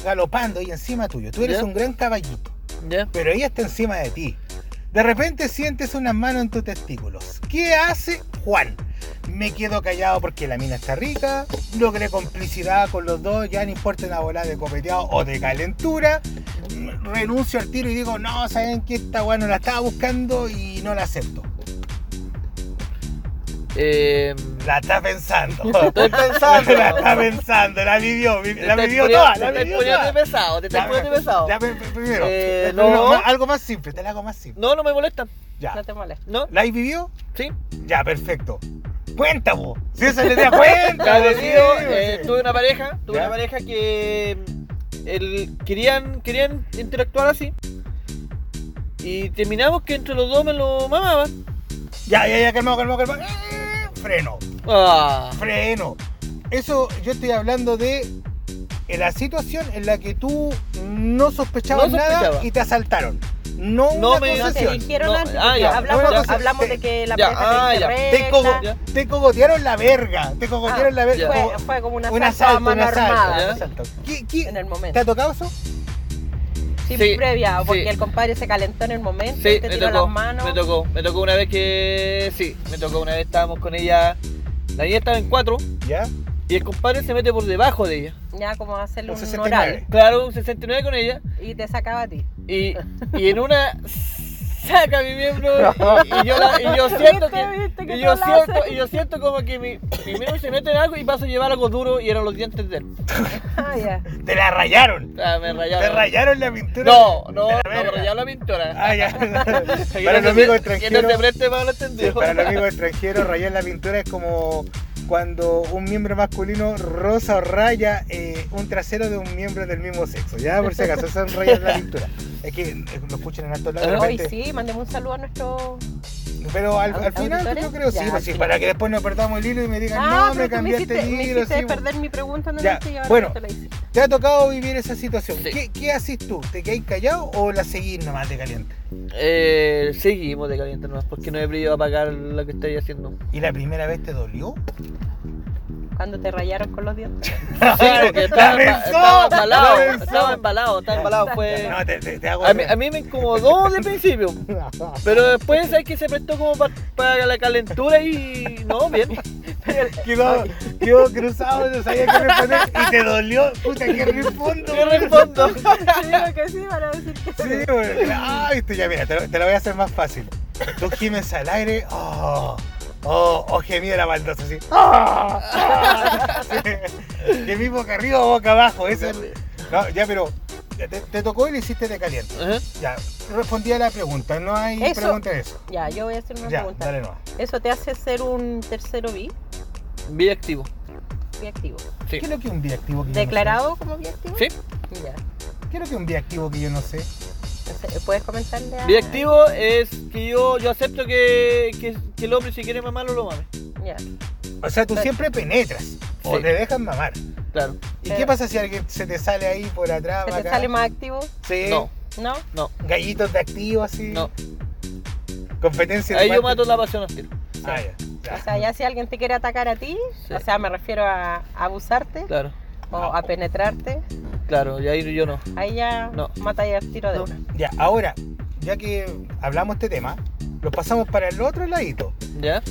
Speaker 19: Galopando y encima tuyo. Tú eres
Speaker 15: Ya.
Speaker 19: un gran caballito.
Speaker 15: ¿Ya?
Speaker 19: Pero ella está encima de ti. De repente sientes unas manos en tus testículos. ¿Qué hace Juan? Me quedo callado porque la mina está rica. Logré complicidad con los dos. Ya no importa una bola de copeteado o de calentura. Mm, Renuncio al tiro y digo, no, ¿saben que Esta weá no la estaba buscando y no la acepto.
Speaker 15: Eh,
Speaker 19: La está pensando.
Speaker 15: Estoy pensando.
Speaker 19: la está pensando. La vivió. vi-
Speaker 15: Te
Speaker 19: La
Speaker 15: estás
Speaker 19: vivió
Speaker 15: poniendo-
Speaker 19: toda.
Speaker 15: te
Speaker 19: La
Speaker 15: estás
Speaker 19: vivió
Speaker 15: poniendo
Speaker 19: toda.
Speaker 15: pesado, te estás
Speaker 19: Ya,
Speaker 15: poniendo pesado.
Speaker 19: ya, pe- pe- primero.
Speaker 15: Eh,
Speaker 19: No,
Speaker 15: no.
Speaker 19: ma- algo más simple. Te la hago más simple.
Speaker 15: No, no me molesta.
Speaker 19: Ya.
Speaker 7: No te molesta.
Speaker 15: ¿No?
Speaker 19: ¿La has vivido?
Speaker 15: Sí.
Speaker 19: Ya, perfecto. Cuenta vos. Si esa le da cuenta.
Speaker 15: Claro,
Speaker 19: vos, sí,
Speaker 15: tío,
Speaker 19: vos,
Speaker 15: eh,
Speaker 19: sí.
Speaker 15: tuve una pareja, tuve
Speaker 19: ¿Ya?
Speaker 15: una pareja que mm, el- querían, querían interactuar así. Y terminamos que entre los dos me lo mamaban.
Speaker 19: Ya, ya, ya, calmado, calmado, calmado. Eh, Freno.
Speaker 15: Ah.
Speaker 19: Freno. Eso yo estoy hablando de eh, la situación en la que tú no sospechabas
Speaker 15: No
Speaker 19: nada
Speaker 15: sospechaba.
Speaker 19: y te asaltaron. No,
Speaker 15: No
Speaker 19: una
Speaker 15: me-
Speaker 7: No te
Speaker 19: concesión.
Speaker 7: dijeron
Speaker 15: No,
Speaker 7: antes,
Speaker 15: ah,
Speaker 7: porque
Speaker 15: ya,
Speaker 7: hablamos,
Speaker 15: no, ya. ah,
Speaker 7: hablamos de que la pareja te
Speaker 19: Te, cogo- te cogotearon la verga. Te cogotearon la verga.
Speaker 7: fue,
Speaker 19: O-
Speaker 7: Ah, fue como una
Speaker 19: un
Speaker 7: asalto a
Speaker 19: asalto, un
Speaker 7: mano
Speaker 19: asalto, un
Speaker 7: armada.
Speaker 19: asalto.
Speaker 7: En el momento.
Speaker 19: ¿Te ha tocado eso?
Speaker 7: Sí,
Speaker 15: Sí,
Speaker 7: previa,
Speaker 15: sí.
Speaker 7: porque el compadre se calentó en el momento,
Speaker 15: Sí,
Speaker 7: y te
Speaker 15: me
Speaker 7: tiró
Speaker 15: tocó,
Speaker 7: las manos.
Speaker 15: me tocó, me tocó una vez que, sí, me tocó una vez estábamos con ella, la niña estaba en cuatro
Speaker 19: ¿Ya?
Speaker 15: y el compadre se mete por debajo de ella.
Speaker 7: Ya como hacerle
Speaker 19: Un
Speaker 7: un,
Speaker 19: 69.
Speaker 7: oral.
Speaker 15: Claro, un 69 con ella
Speaker 7: Y te sacaba a ti.
Speaker 15: y, y en una saca mi miembro y, y yo, la- y yo siento que,
Speaker 7: Viste que
Speaker 15: y yo
Speaker 7: no la
Speaker 15: siento,
Speaker 7: hace.
Speaker 15: y yo siento como que mi, mi miembro se mete en algo y paso a llevar algo duro y eran los dientes de él.
Speaker 7: Ah, ya.
Speaker 19: Te la rayaron.
Speaker 15: Ah, me rayaron.
Speaker 19: Te rayaron la pintura.
Speaker 15: No, no, no,
Speaker 19: de la verga.
Speaker 15: me rayaron la pintura.
Speaker 19: Ah, ya.
Speaker 15: Que
Speaker 19: Para
Speaker 15: no
Speaker 19: los
Speaker 15: se-
Speaker 19: amigos
Speaker 15: Que no se
Speaker 19: extranjeros.
Speaker 15: preste para lo
Speaker 19: Sí,
Speaker 15: entendido.
Speaker 19: para los amigos extranjeros, rayar la pintura es como cuando un miembro masculino rosa o raya eh, un trasero de un miembro del mismo sexo. Ya, por si acaso, son rayas la pintura. Es que eh, lo escuchan en alto lado. de
Speaker 7: Hoy
Speaker 19: repente.
Speaker 7: sí, mandemos un saludo a nuestro.
Speaker 19: Pero al,
Speaker 7: ¿Au-
Speaker 19: al final
Speaker 7: auditores?
Speaker 19: yo creo sí,
Speaker 7: Ya,
Speaker 19: pues, sí,
Speaker 7: al final.
Speaker 19: para que después no perdamos el hilo y me digan,
Speaker 7: Ah, pero
Speaker 19: no, me
Speaker 7: tú me
Speaker 19: cambiaste
Speaker 7: hiciste,
Speaker 19: el
Speaker 7: me
Speaker 19: hilo.
Speaker 7: hiciste
Speaker 19: sí,
Speaker 7: perder mi pregunta, no
Speaker 19: Ya,
Speaker 7: y ahora
Speaker 19: bueno.
Speaker 7: tú te la hice.
Speaker 19: ¿Te ha tocado vivir esa situación?
Speaker 15: Sí.
Speaker 19: ¿Qué, qué haces tú? ¿Te quedáis callado o la seguís nomás de caliente?
Speaker 15: Eh, seguimos de caliente nomás porque no he podido apagar lo que estoy haciendo.
Speaker 19: ¿Y la primera vez te dolió?
Speaker 7: Cuando te rayaron con los dientes.
Speaker 15: Sí, porque estaba,
Speaker 19: ¡La
Speaker 15: emba-
Speaker 19: pensó!
Speaker 15: estaba
Speaker 19: ¡La
Speaker 15: embalado,
Speaker 19: pensó!
Speaker 15: estaba embalado, estaba embalado, fue...
Speaker 19: No, te, te- te hago...
Speaker 15: A mí, a mí me incomodó de principio, pero después es que se prestó como pa- para la calentura y no, bien.
Speaker 19: Quedó, quedó cruzado, no sabía qué responder y te dolió. Puta, ¿qué respondo?
Speaker 15: ¿Qué respondo?
Speaker 7: Te digo que sí para decir que
Speaker 19: Sí, güey. Ah, viste, ya mira, te lo, te lo voy a hacer más fácil. Tú gimes al aire, oh, oh, oh, gemí de la baldosa, así. Oh,
Speaker 7: Ah.
Speaker 19: oh, sí. Gemí boca arriba o boca abajo, eso es- No, ya, pero ya, te, te tocó y le hiciste de caliente. Ya, respondí a la pregunta, no hay
Speaker 7: Eso.
Speaker 19: pregunta de eso.
Speaker 7: Ya, yo voy a hacer una
Speaker 19: Ya,
Speaker 7: pregunta.
Speaker 19: dale nomás.
Speaker 7: ¿Eso te hace ser un tercero bi?
Speaker 15: Biactivo.
Speaker 7: Biactivo.
Speaker 19: ¿Qué es lo que es un biactivo que yo no sé?
Speaker 7: ¿Declarado como biactivo?
Speaker 15: Sí.
Speaker 7: Ya.
Speaker 19: ¿Qué es lo que es un biactivo que yo no sé?
Speaker 7: Entonces, ¿Puedes comentarle a...?
Speaker 15: Biactivo es que yo, yo acepto que, que, que el hombre si quiere mamarlo lo mame.
Speaker 7: Ya.
Speaker 19: O sea, tú siempre penetras o
Speaker 15: Sí.
Speaker 19: te dejan mamar.
Speaker 15: Claro.
Speaker 19: ¿Y qué pasa si alguien se te sale ahí por atrás?
Speaker 7: ¿Se
Speaker 19: para
Speaker 7: te
Speaker 19: acá?
Speaker 7: sale más activo?
Speaker 19: Sí.
Speaker 15: No.
Speaker 7: ¿No?
Speaker 15: No.
Speaker 19: Gallitos de activo así.
Speaker 15: No.
Speaker 19: Competencia de
Speaker 15: Ahí yo
Speaker 19: parte-
Speaker 15: mato la pasión al tiro.
Speaker 19: Ah, ya.
Speaker 7: O sea, ya si alguien te quiere atacar a ti, o sea, me refiero a abusarte
Speaker 15: Claro,
Speaker 7: o a penetrarte,
Speaker 15: claro, y ahí yo no.
Speaker 7: ahí ya
Speaker 15: No.
Speaker 7: mata ya el tiro de una.
Speaker 19: Ya, ahora, ya que hablamos este tema, lo pasamos para el otro ladito.
Speaker 15: ¿Ya?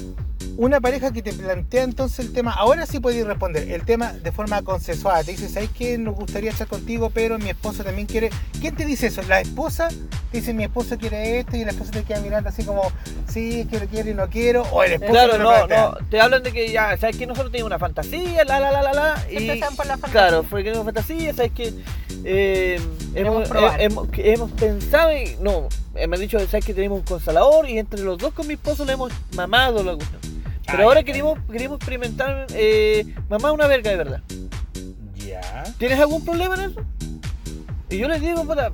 Speaker 19: Una pareja que te plantea entonces el tema, ahora sí podéis responder, el tema de forma consensuada. Te dice, ¿sabes qué? Nos gustaría estar contigo, pero mi esposo también quiere. ¿Quién te dice eso? ¿La esposa? Te dice, mi esposo quiere esto y la esposa te queda mirando así como, sí, es que lo quiero y no quiero. O el esposo
Speaker 15: Claro,
Speaker 19: te lo
Speaker 15: no,
Speaker 19: plantea.
Speaker 15: no. Te hablan de que ya, sabes que nosotros tenemos una fantasía, la, la, la, la, la. Y,
Speaker 7: Siempre están por la fantasía.
Speaker 15: Claro, porque tenemos fantasía, sabes que eh, hemos,
Speaker 7: probar.
Speaker 15: eh, hemos- que hemos pensado y no, eh, me han dicho, sabes que tenemos un consolador y entre los dos con mi esposo le hemos mamado la cuestión. Pero
Speaker 19: Ay,
Speaker 15: ahora
Speaker 19: ay.
Speaker 15: queremos, queremos experimentar, eh, mamá una verga de verdad.
Speaker 19: Ya.
Speaker 15: ¿Tienes algún problema en eso? Y yo les digo, puta,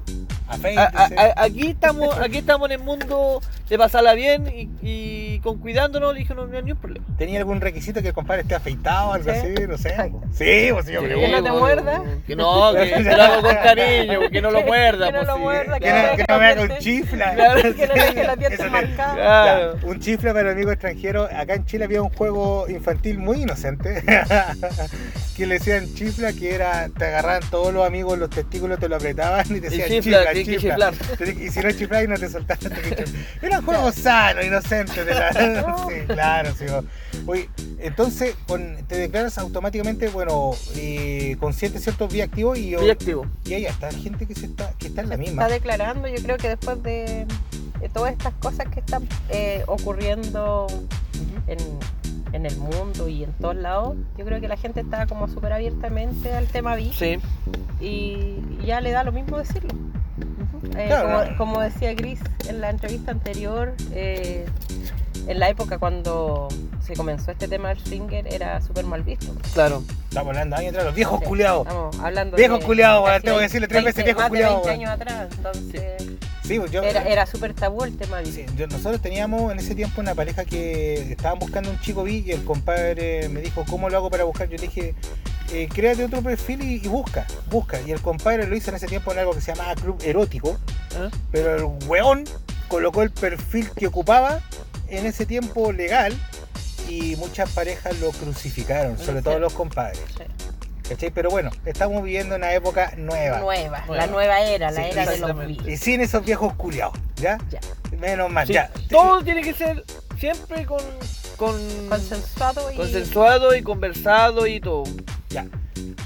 Speaker 19: A
Speaker 15: a- a-
Speaker 19: 20,
Speaker 15: a- aquí estamos, aquí estamos en el mundo de pasarla bien y, y con cuidándonos, le dije, no, no hay ningún problema.
Speaker 19: ¿Tenía algún requisito que el compadre esté afeitado o algo
Speaker 7: Sí.
Speaker 19: así? No sé. Sí, pues sí, yo
Speaker 15: Que
Speaker 19: pregunto.
Speaker 7: no te muerda.
Speaker 15: Que no, que te lo hago con cariño, que no lo muerda.
Speaker 7: Que no
Speaker 15: pues,
Speaker 7: lo
Speaker 15: sí.
Speaker 7: muerda,
Speaker 19: Que
Speaker 7: no
Speaker 19: no, que no me haga
Speaker 7: deje
Speaker 19: un
Speaker 7: los
Speaker 19: chifla.
Speaker 7: dientes- Que no deje los dientes marcados.
Speaker 15: Claro.
Speaker 19: Ya, un chifla para el amigo extranjero. Acá en Chile había un juego infantil muy inocente que le decían chifla, que era te agarraban todos los amigos, los testículos te lo apretaban y te decían
Speaker 15: chifla,
Speaker 19: chifla,
Speaker 15: tienes que
Speaker 19: chifla.
Speaker 15: chiflar.
Speaker 19: Tenés que- Y si no chiflabas no te soltabas. hasta que chif- Era un juego sano, inocente. de la- sí, claro, sí. vos. Oye, entonces con- te declaras automáticamente, bueno, eh, consciente, ¿cierto? Vía activo y yo.
Speaker 15: Biactivo.
Speaker 19: Y ahí está gente que, se está, que está en la misma.
Speaker 7: Está declarando, yo creo que después de, de todas estas cosas que están eh, ocurriendo en, en el mundo y en todos lados, yo creo que la gente está como súper abiertamente al tema bi
Speaker 15: Sí.
Speaker 7: y y ya le da lo mismo decirlo. Eh,
Speaker 19: Claro,
Speaker 7: como, como decía Chris en la entrevista anterior, eh, en la época cuando se comenzó este tema del swinger era súper mal visto.
Speaker 15: Claro.
Speaker 19: Estamos hablando ahí atrás, los viejos
Speaker 7: Sí,
Speaker 19: culiados.
Speaker 7: Estamos hablando
Speaker 19: Viejos
Speaker 7: de
Speaker 19: culiados, Oh. weón,
Speaker 7: casi
Speaker 19: tengo que decirle tres veces viejo
Speaker 7: más de
Speaker 19: culiado,
Speaker 7: 20
Speaker 19: weón.
Speaker 7: años atrás, entonces
Speaker 19: Sí, pues yo,
Speaker 7: era, era súper tabú el tema.
Speaker 19: sí, yo- nosotros teníamos en ese tiempo una pareja que estaban buscando un chico bi y el compadre me dijo, ¿cómo lo hago para buscar? Yo le dije, "Eh, créate otro perfil y, y busca, busca. Y el compadre lo hizo en ese tiempo en algo que se llamaba Club Erótico,
Speaker 15: ¿Ah?
Speaker 19: pero el weón colocó el perfil que ocupaba en ese tiempo legal y muchas parejas lo crucificaron, sobre todo los compadres. ¿Cachai? Pero bueno, estamos viviendo una época nueva.
Speaker 7: Nueva,
Speaker 19: Nueva.
Speaker 7: la nueva era, la
Speaker 19: Sí,
Speaker 7: era de los
Speaker 15: exactamente.
Speaker 7: bi.
Speaker 19: Y sin esos viejos culiados, ¿ya?
Speaker 7: Ya.
Speaker 19: Menos mal,
Speaker 15: Sí,
Speaker 19: ya.
Speaker 15: Todo tiene que ser siempre con, con
Speaker 7: Consensuado y
Speaker 15: consensuado y conversado y todo.
Speaker 19: Ya.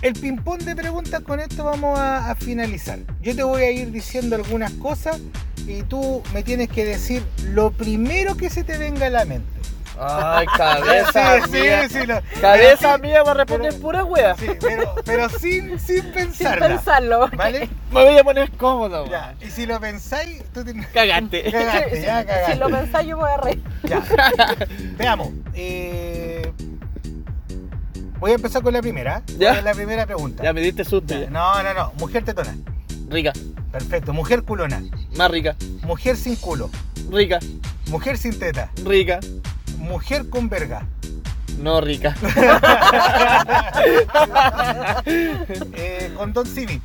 Speaker 19: El ping-pong de preguntas con esto vamos a, a finalizar. Yo te voy a ir diciendo algunas cosas y tú me tienes que decir lo primero que se te venga a la mente. Ah,
Speaker 15: Ay, cabeza
Speaker 19: sí,
Speaker 15: mía.
Speaker 19: sí, lo-
Speaker 15: Cabeza
Speaker 19: pero
Speaker 15: mía va a responder pura wea.
Speaker 19: sí, pero, pero sin, sin pensarla.
Speaker 7: pensarlo. porque-
Speaker 19: ¿Vale?
Speaker 15: Me voy a poner cómodo. wea.
Speaker 19: Ya. Y si lo pensáis, tú tienes.
Speaker 15: Cagaste.
Speaker 19: Cagaste, ya cagaste.
Speaker 7: Si lo pensáis yo me voy a reír.
Speaker 19: Ya. Veamos. eh, Voy a empezar con la primera. ¿eh?
Speaker 15: Ya.
Speaker 19: Con La primera pregunta.
Speaker 15: Ya me diste susto. ya.
Speaker 19: No, no, no. Mujer tetona.
Speaker 15: Rica,
Speaker 19: Perfecto. Mujer culona.
Speaker 15: más rica,
Speaker 19: Mujer sin culo.
Speaker 15: rica,
Speaker 19: Mujer sin teta.
Speaker 15: rica,
Speaker 19: Mujer con verga.
Speaker 15: no rica.
Speaker 19: Eh, condón simi.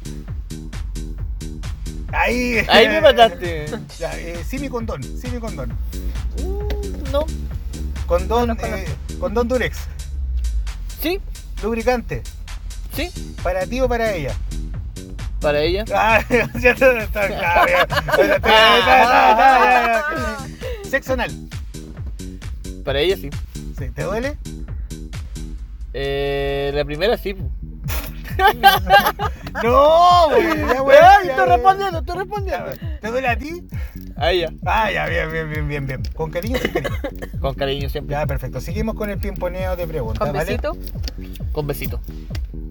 Speaker 19: Ahí. eh,
Speaker 15: Ahí me mataste.
Speaker 19: Ya, eh, simi condón. Simi condón.
Speaker 15: Uh, No,
Speaker 19: Condón, eh, condón durex.
Speaker 15: sí,
Speaker 19: Lubricante.
Speaker 15: sí,
Speaker 19: ¿Para ti o para ella?
Speaker 15: para ella.
Speaker 19: Ah, ya no está claro. ya. Ya está, ya está, ya está, ya está. Sexo anal.
Speaker 15: Para ella sí.
Speaker 19: Sí, ¿Te duele?
Speaker 15: Eh, la primera sí.
Speaker 19: No, güey. Ya, güey.
Speaker 15: Ay,
Speaker 19: ya,
Speaker 15: estoy
Speaker 19: güey.
Speaker 15: respondiendo, estoy respondiendo.
Speaker 19: ¿Te duele a ti?
Speaker 15: A ella,
Speaker 19: Ah, ya, bien, bien, bien, bien, bien. Con cariño, sin cariño.
Speaker 15: con cariño siempre.
Speaker 19: Ya, perfecto. Seguimos con el pimponeo de preguntas,
Speaker 7: Con
Speaker 19: ¿vale?
Speaker 7: besito.
Speaker 15: Con besito.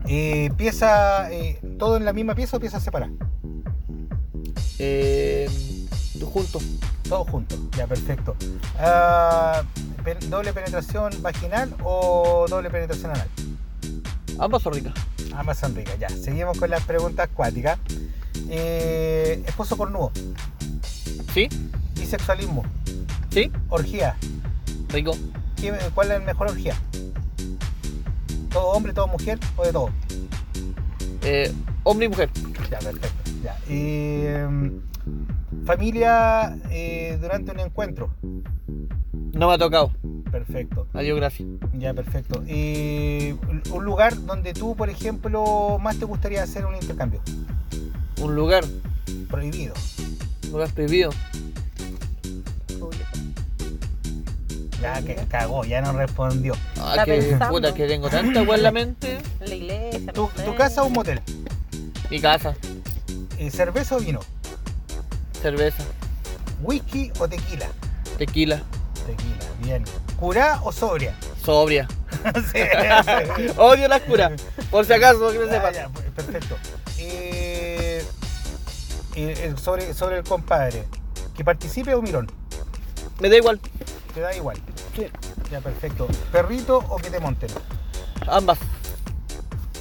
Speaker 19: Eh, pieza, eh, ¿todo en la misma pieza o pieza separada? Eh, juntos. Todos juntos, ya perfecto. Ah, pen- ¿Doble penetración vaginal o doble penetración anal? Ambas son ricas. Ambas son ricas, ya. Seguimos con las preguntas acuáticas. Eh, ¿Esposo cornudo? Sí. ¿Bisexualismo? Sí. ¿Orgía? Rico. ¿Cuál es la mejor orgía? ¿Todo hombre, todo mujer o de todo?
Speaker 15: Eh, hombre y mujer.
Speaker 19: Ya, perfecto. Ya. Eh, familia eh, durante un encuentro.
Speaker 15: No me ha tocado.
Speaker 19: Perfecto.
Speaker 15: Adiós, gracias.
Speaker 19: Ya, perfecto. Eh, un lugar donde tú, por ejemplo, más te gustaría hacer un intercambio.
Speaker 15: Un lugar.
Speaker 19: Prohibido.
Speaker 15: Un lugar prohibido.
Speaker 19: Ya que cagó, ya no respondió.
Speaker 15: Ah, Está que pensando. puta, que tengo tanta weá en la mente.
Speaker 7: La iglesia.
Speaker 19: ¿Tu, tu casa o un motel?
Speaker 15: Mi casa.
Speaker 19: Eh, ¿Cerveza o vino?
Speaker 15: Cerveza.
Speaker 19: ¿Whisky o tequila?
Speaker 15: Tequila.
Speaker 19: Tequila, bien. ¿Curá o sobria?
Speaker 15: Sobria.
Speaker 19: Sí, sí.
Speaker 15: Odio las curas. Por si acaso, que no sepan.
Speaker 19: Ah, ya, pues, perfecto. Eh, eh, eh, sobre, sobre el compadre, ¿que participe o mirón?
Speaker 15: Me da igual.
Speaker 19: Te da igual. Ya, perfecto. ¿Perrito o que te monten?
Speaker 15: Ambas.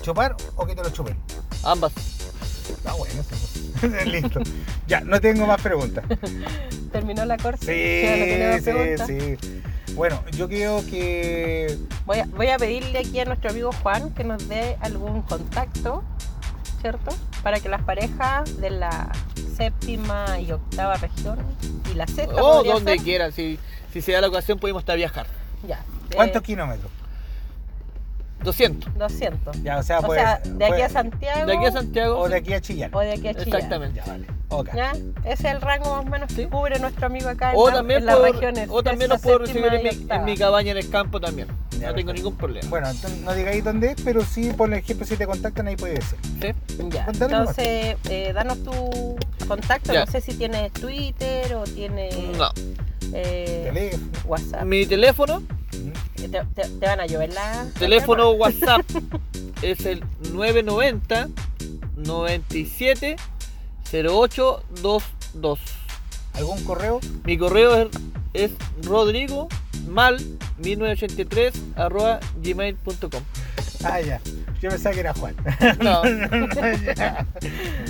Speaker 19: ¿Chupar o que te lo chupen?
Speaker 15: Ambas.
Speaker 19: Está bueno, sí. Listo. Ya, no tengo más preguntas.
Speaker 7: Terminó la corte. Queda la primera
Speaker 19: Sí,
Speaker 7: pregunta.
Speaker 19: sí, sí. Bueno, yo creo que
Speaker 7: Voy a, voy a pedirle aquí a nuestro amigo Juan que nos dé algún contacto, ¿cierto? Para que las parejas de la séptima y octava región y la sexta.
Speaker 15: O
Speaker 7: podría
Speaker 15: donde
Speaker 7: ser.
Speaker 15: quieran. Si, si se da la ocasión, podemos estar a viajar.
Speaker 7: Ya. eh,
Speaker 19: ¿Cuántos kilómetros?
Speaker 15: 200.
Speaker 7: 200.
Speaker 19: Ya, o sea,
Speaker 7: o
Speaker 19: pues-
Speaker 7: sea, de aquí
Speaker 19: pues-
Speaker 7: a Santiago.
Speaker 15: De aquí a Santiago.
Speaker 19: O de aquí a Chillán.
Speaker 7: O de aquí a Chillán.
Speaker 15: Exactamente.
Speaker 19: Ya, vale. Ok.
Speaker 7: ¿Ya? Ese es el rango más o menos que cubre nuestro amigo acá en,
Speaker 15: O
Speaker 7: la-
Speaker 15: también,
Speaker 7: en las
Speaker 15: puedo-
Speaker 7: regiones.
Speaker 15: o también
Speaker 7: sexta,
Speaker 15: los puedo
Speaker 7: séptima
Speaker 15: recibir en
Speaker 7: y
Speaker 15: mi, en
Speaker 7: octava.
Speaker 15: mi cabaña en el campo también. No tengo ningún problema.
Speaker 19: Bueno, entonces no digáis dónde es, pero sí, por ejemplo, si te contactan ahí puede ser.
Speaker 7: Ya,
Speaker 19: Pues dale nomás.
Speaker 7: Entonces, eh, danos tu contacto.
Speaker 15: Ya.
Speaker 7: No sé si tienes Twitter o tienes
Speaker 15: No.
Speaker 7: eh, WhatsApp.
Speaker 15: Mi teléfono,
Speaker 7: Te, te- te van a llover la. la
Speaker 15: teléfono
Speaker 7: cama.
Speaker 15: WhatsApp es el 990 97 0822.
Speaker 19: ¿Algún correo?
Speaker 15: Mi correo es, es rodrigo mal 1983 arroba gmail.com.
Speaker 19: Ah, ya. Yo pensaba que era Juan.
Speaker 15: No.
Speaker 19: Ya.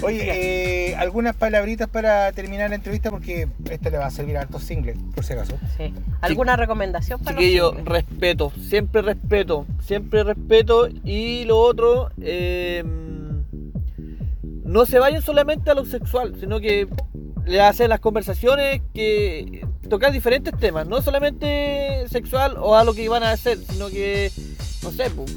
Speaker 19: Oye, eh, algunas palabritas para terminar la entrevista porque esto le va a servir a hartos singles, por si acaso.
Speaker 7: Sí. ¿Alguna recomendación para
Speaker 15: Chiquillo,
Speaker 7: los singles?
Speaker 15: respeto, siempre respeto, siempre respeto. Y lo otro, eh, no se vayan solamente a lo sexual, sino que le hacen las conversaciones que tocar diferentes temas, no solamente sexual o a lo que van a hacer, sino que, no sé, pues,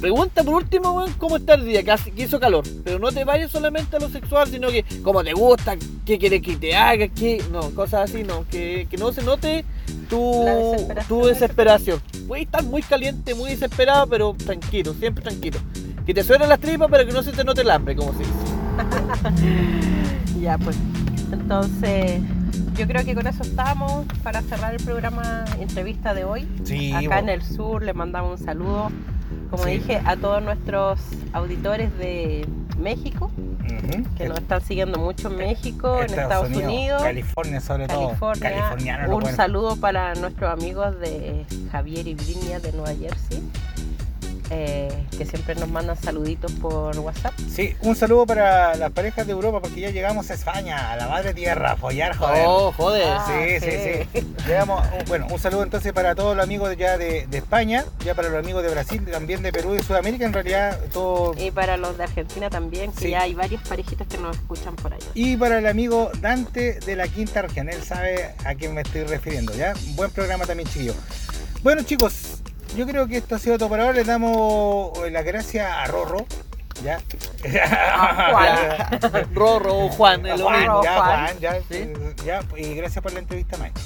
Speaker 15: pregunta por último, weón, ¿cómo está el día? Que, hace- que hizo calor, pero no te vayas solamente a lo sexual, sino que, ¿cómo te gusta? ¿Qué quieres que te haga? ¿Qué? No, cosas así, no, que, que no se note tu
Speaker 7: La
Speaker 15: desesperación. tu desesperación. Puedes estar muy caliente, muy desesperado, pero tranquilo, siempre tranquilo. Que te suenen las tripas, pero que no se te note el hambre, como se dice.
Speaker 7: Ya, pues. Entonces, yo creo que con eso estamos para cerrar el programa entrevista de hoy.
Speaker 19: Sí,
Speaker 7: Acá
Speaker 19: bo.
Speaker 7: en el sur le mandamos un saludo, como
Speaker 19: Sí.
Speaker 7: dije, a todos nuestros auditores de México, que nos están siguiendo mucho en México, en Estados Unidos,
Speaker 19: California sobre todo.
Speaker 7: California.
Speaker 19: Californiano lo
Speaker 7: un
Speaker 19: bueno.
Speaker 7: saludo para nuestros amigos de Javier y Virginia de Nueva Jersey, eh, que siempre nos mandan saluditos por WhatsApp.
Speaker 19: Sí, un saludo para las parejas de Europa porque ya llegamos a España, a la madre tierra, a follar, joder.
Speaker 15: Oh, joder.
Speaker 19: Sí,
Speaker 15: Ah,
Speaker 19: sí, sí. Llegamos, un- bueno, un saludo entonces para todos los amigos ya de, de España, ya para los amigos de Brasil, también de Perú y Sudamérica, en realidad todo.
Speaker 7: Y para los de Argentina también, que
Speaker 19: Sí.
Speaker 7: ya hay varias parejitas que nos escuchan por ahí.
Speaker 19: Y para el amigo Dante de la Quinta Región, él sabe a quién me estoy refiriendo, ¿ya? Buen programa también, chiquillo. Bueno, chicos, yo creo que esto ha sido todo por ahora. Les damos eh, las gracias a Rorro, ¿ya?
Speaker 15: Juan. Rorro o Juan, es lo
Speaker 19: Juan,
Speaker 15: mismo.
Speaker 19: ya, Juan, ya, eh,
Speaker 15: Sí.
Speaker 19: ya, y gracias por la entrevista, Mike.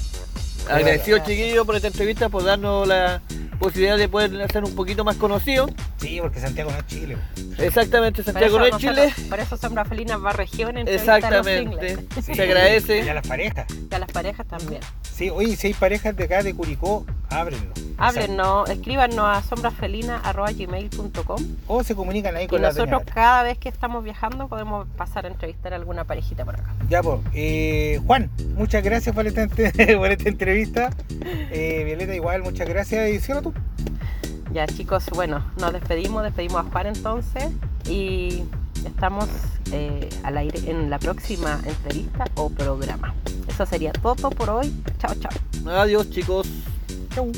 Speaker 15: Agradecido, chiquillo, por esta entrevista, por darnos la posibilidad de poder hacer un poquito más conocido.
Speaker 19: Sí, porque Santiago no es Chile.
Speaker 15: Exactamente,
Speaker 7: Para eso,
Speaker 15: Santiago no es Chile.
Speaker 7: nosotros- Para eso Sombra Felina va a región
Speaker 15: Exactamente. Se agradece.
Speaker 19: Y a las parejas.
Speaker 7: Y a las parejas también.
Speaker 19: Sí, oye, si hay parejas de acá de Curicó, ábrenlo.
Speaker 7: Háblenos, escríbanos a sombrasfelinas.gmail.com
Speaker 19: O se comunican ahí
Speaker 7: Y
Speaker 19: con la doña
Speaker 7: nosotros
Speaker 19: Nata.
Speaker 7: cada vez que estamos viajando podemos pasar a entrevistar a alguna parejita por acá.
Speaker 19: Ya, pues. eh, Juan, muchas gracias por esta, ente- por esta entrevista. Eh, Violeta, igual, muchas gracias. Y cierra tú.
Speaker 7: Ya chicos, bueno, nos despedimos, despedimos a Juan entonces y estamos eh, al aire en la próxima entrevista o programa. Eso sería todo por hoy. Chao, chao.
Speaker 15: Adiós chicos.
Speaker 19: Chau.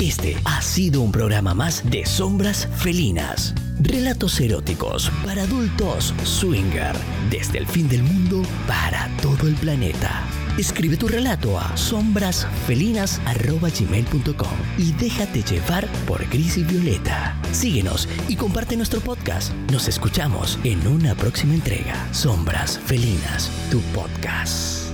Speaker 13: Este ha sido un programa más de Sombras Felinas. Relatos eróticos para adultos swinger. Desde el fin del mundo para todo el planeta. Escribe tu relato a sombrasfelinas.gmail.com y déjate llevar por Gris y Violeta. Síguenos y comparte nuestro podcast. Nos escuchamos en una próxima entrega. Sombras Felinas, tu podcast.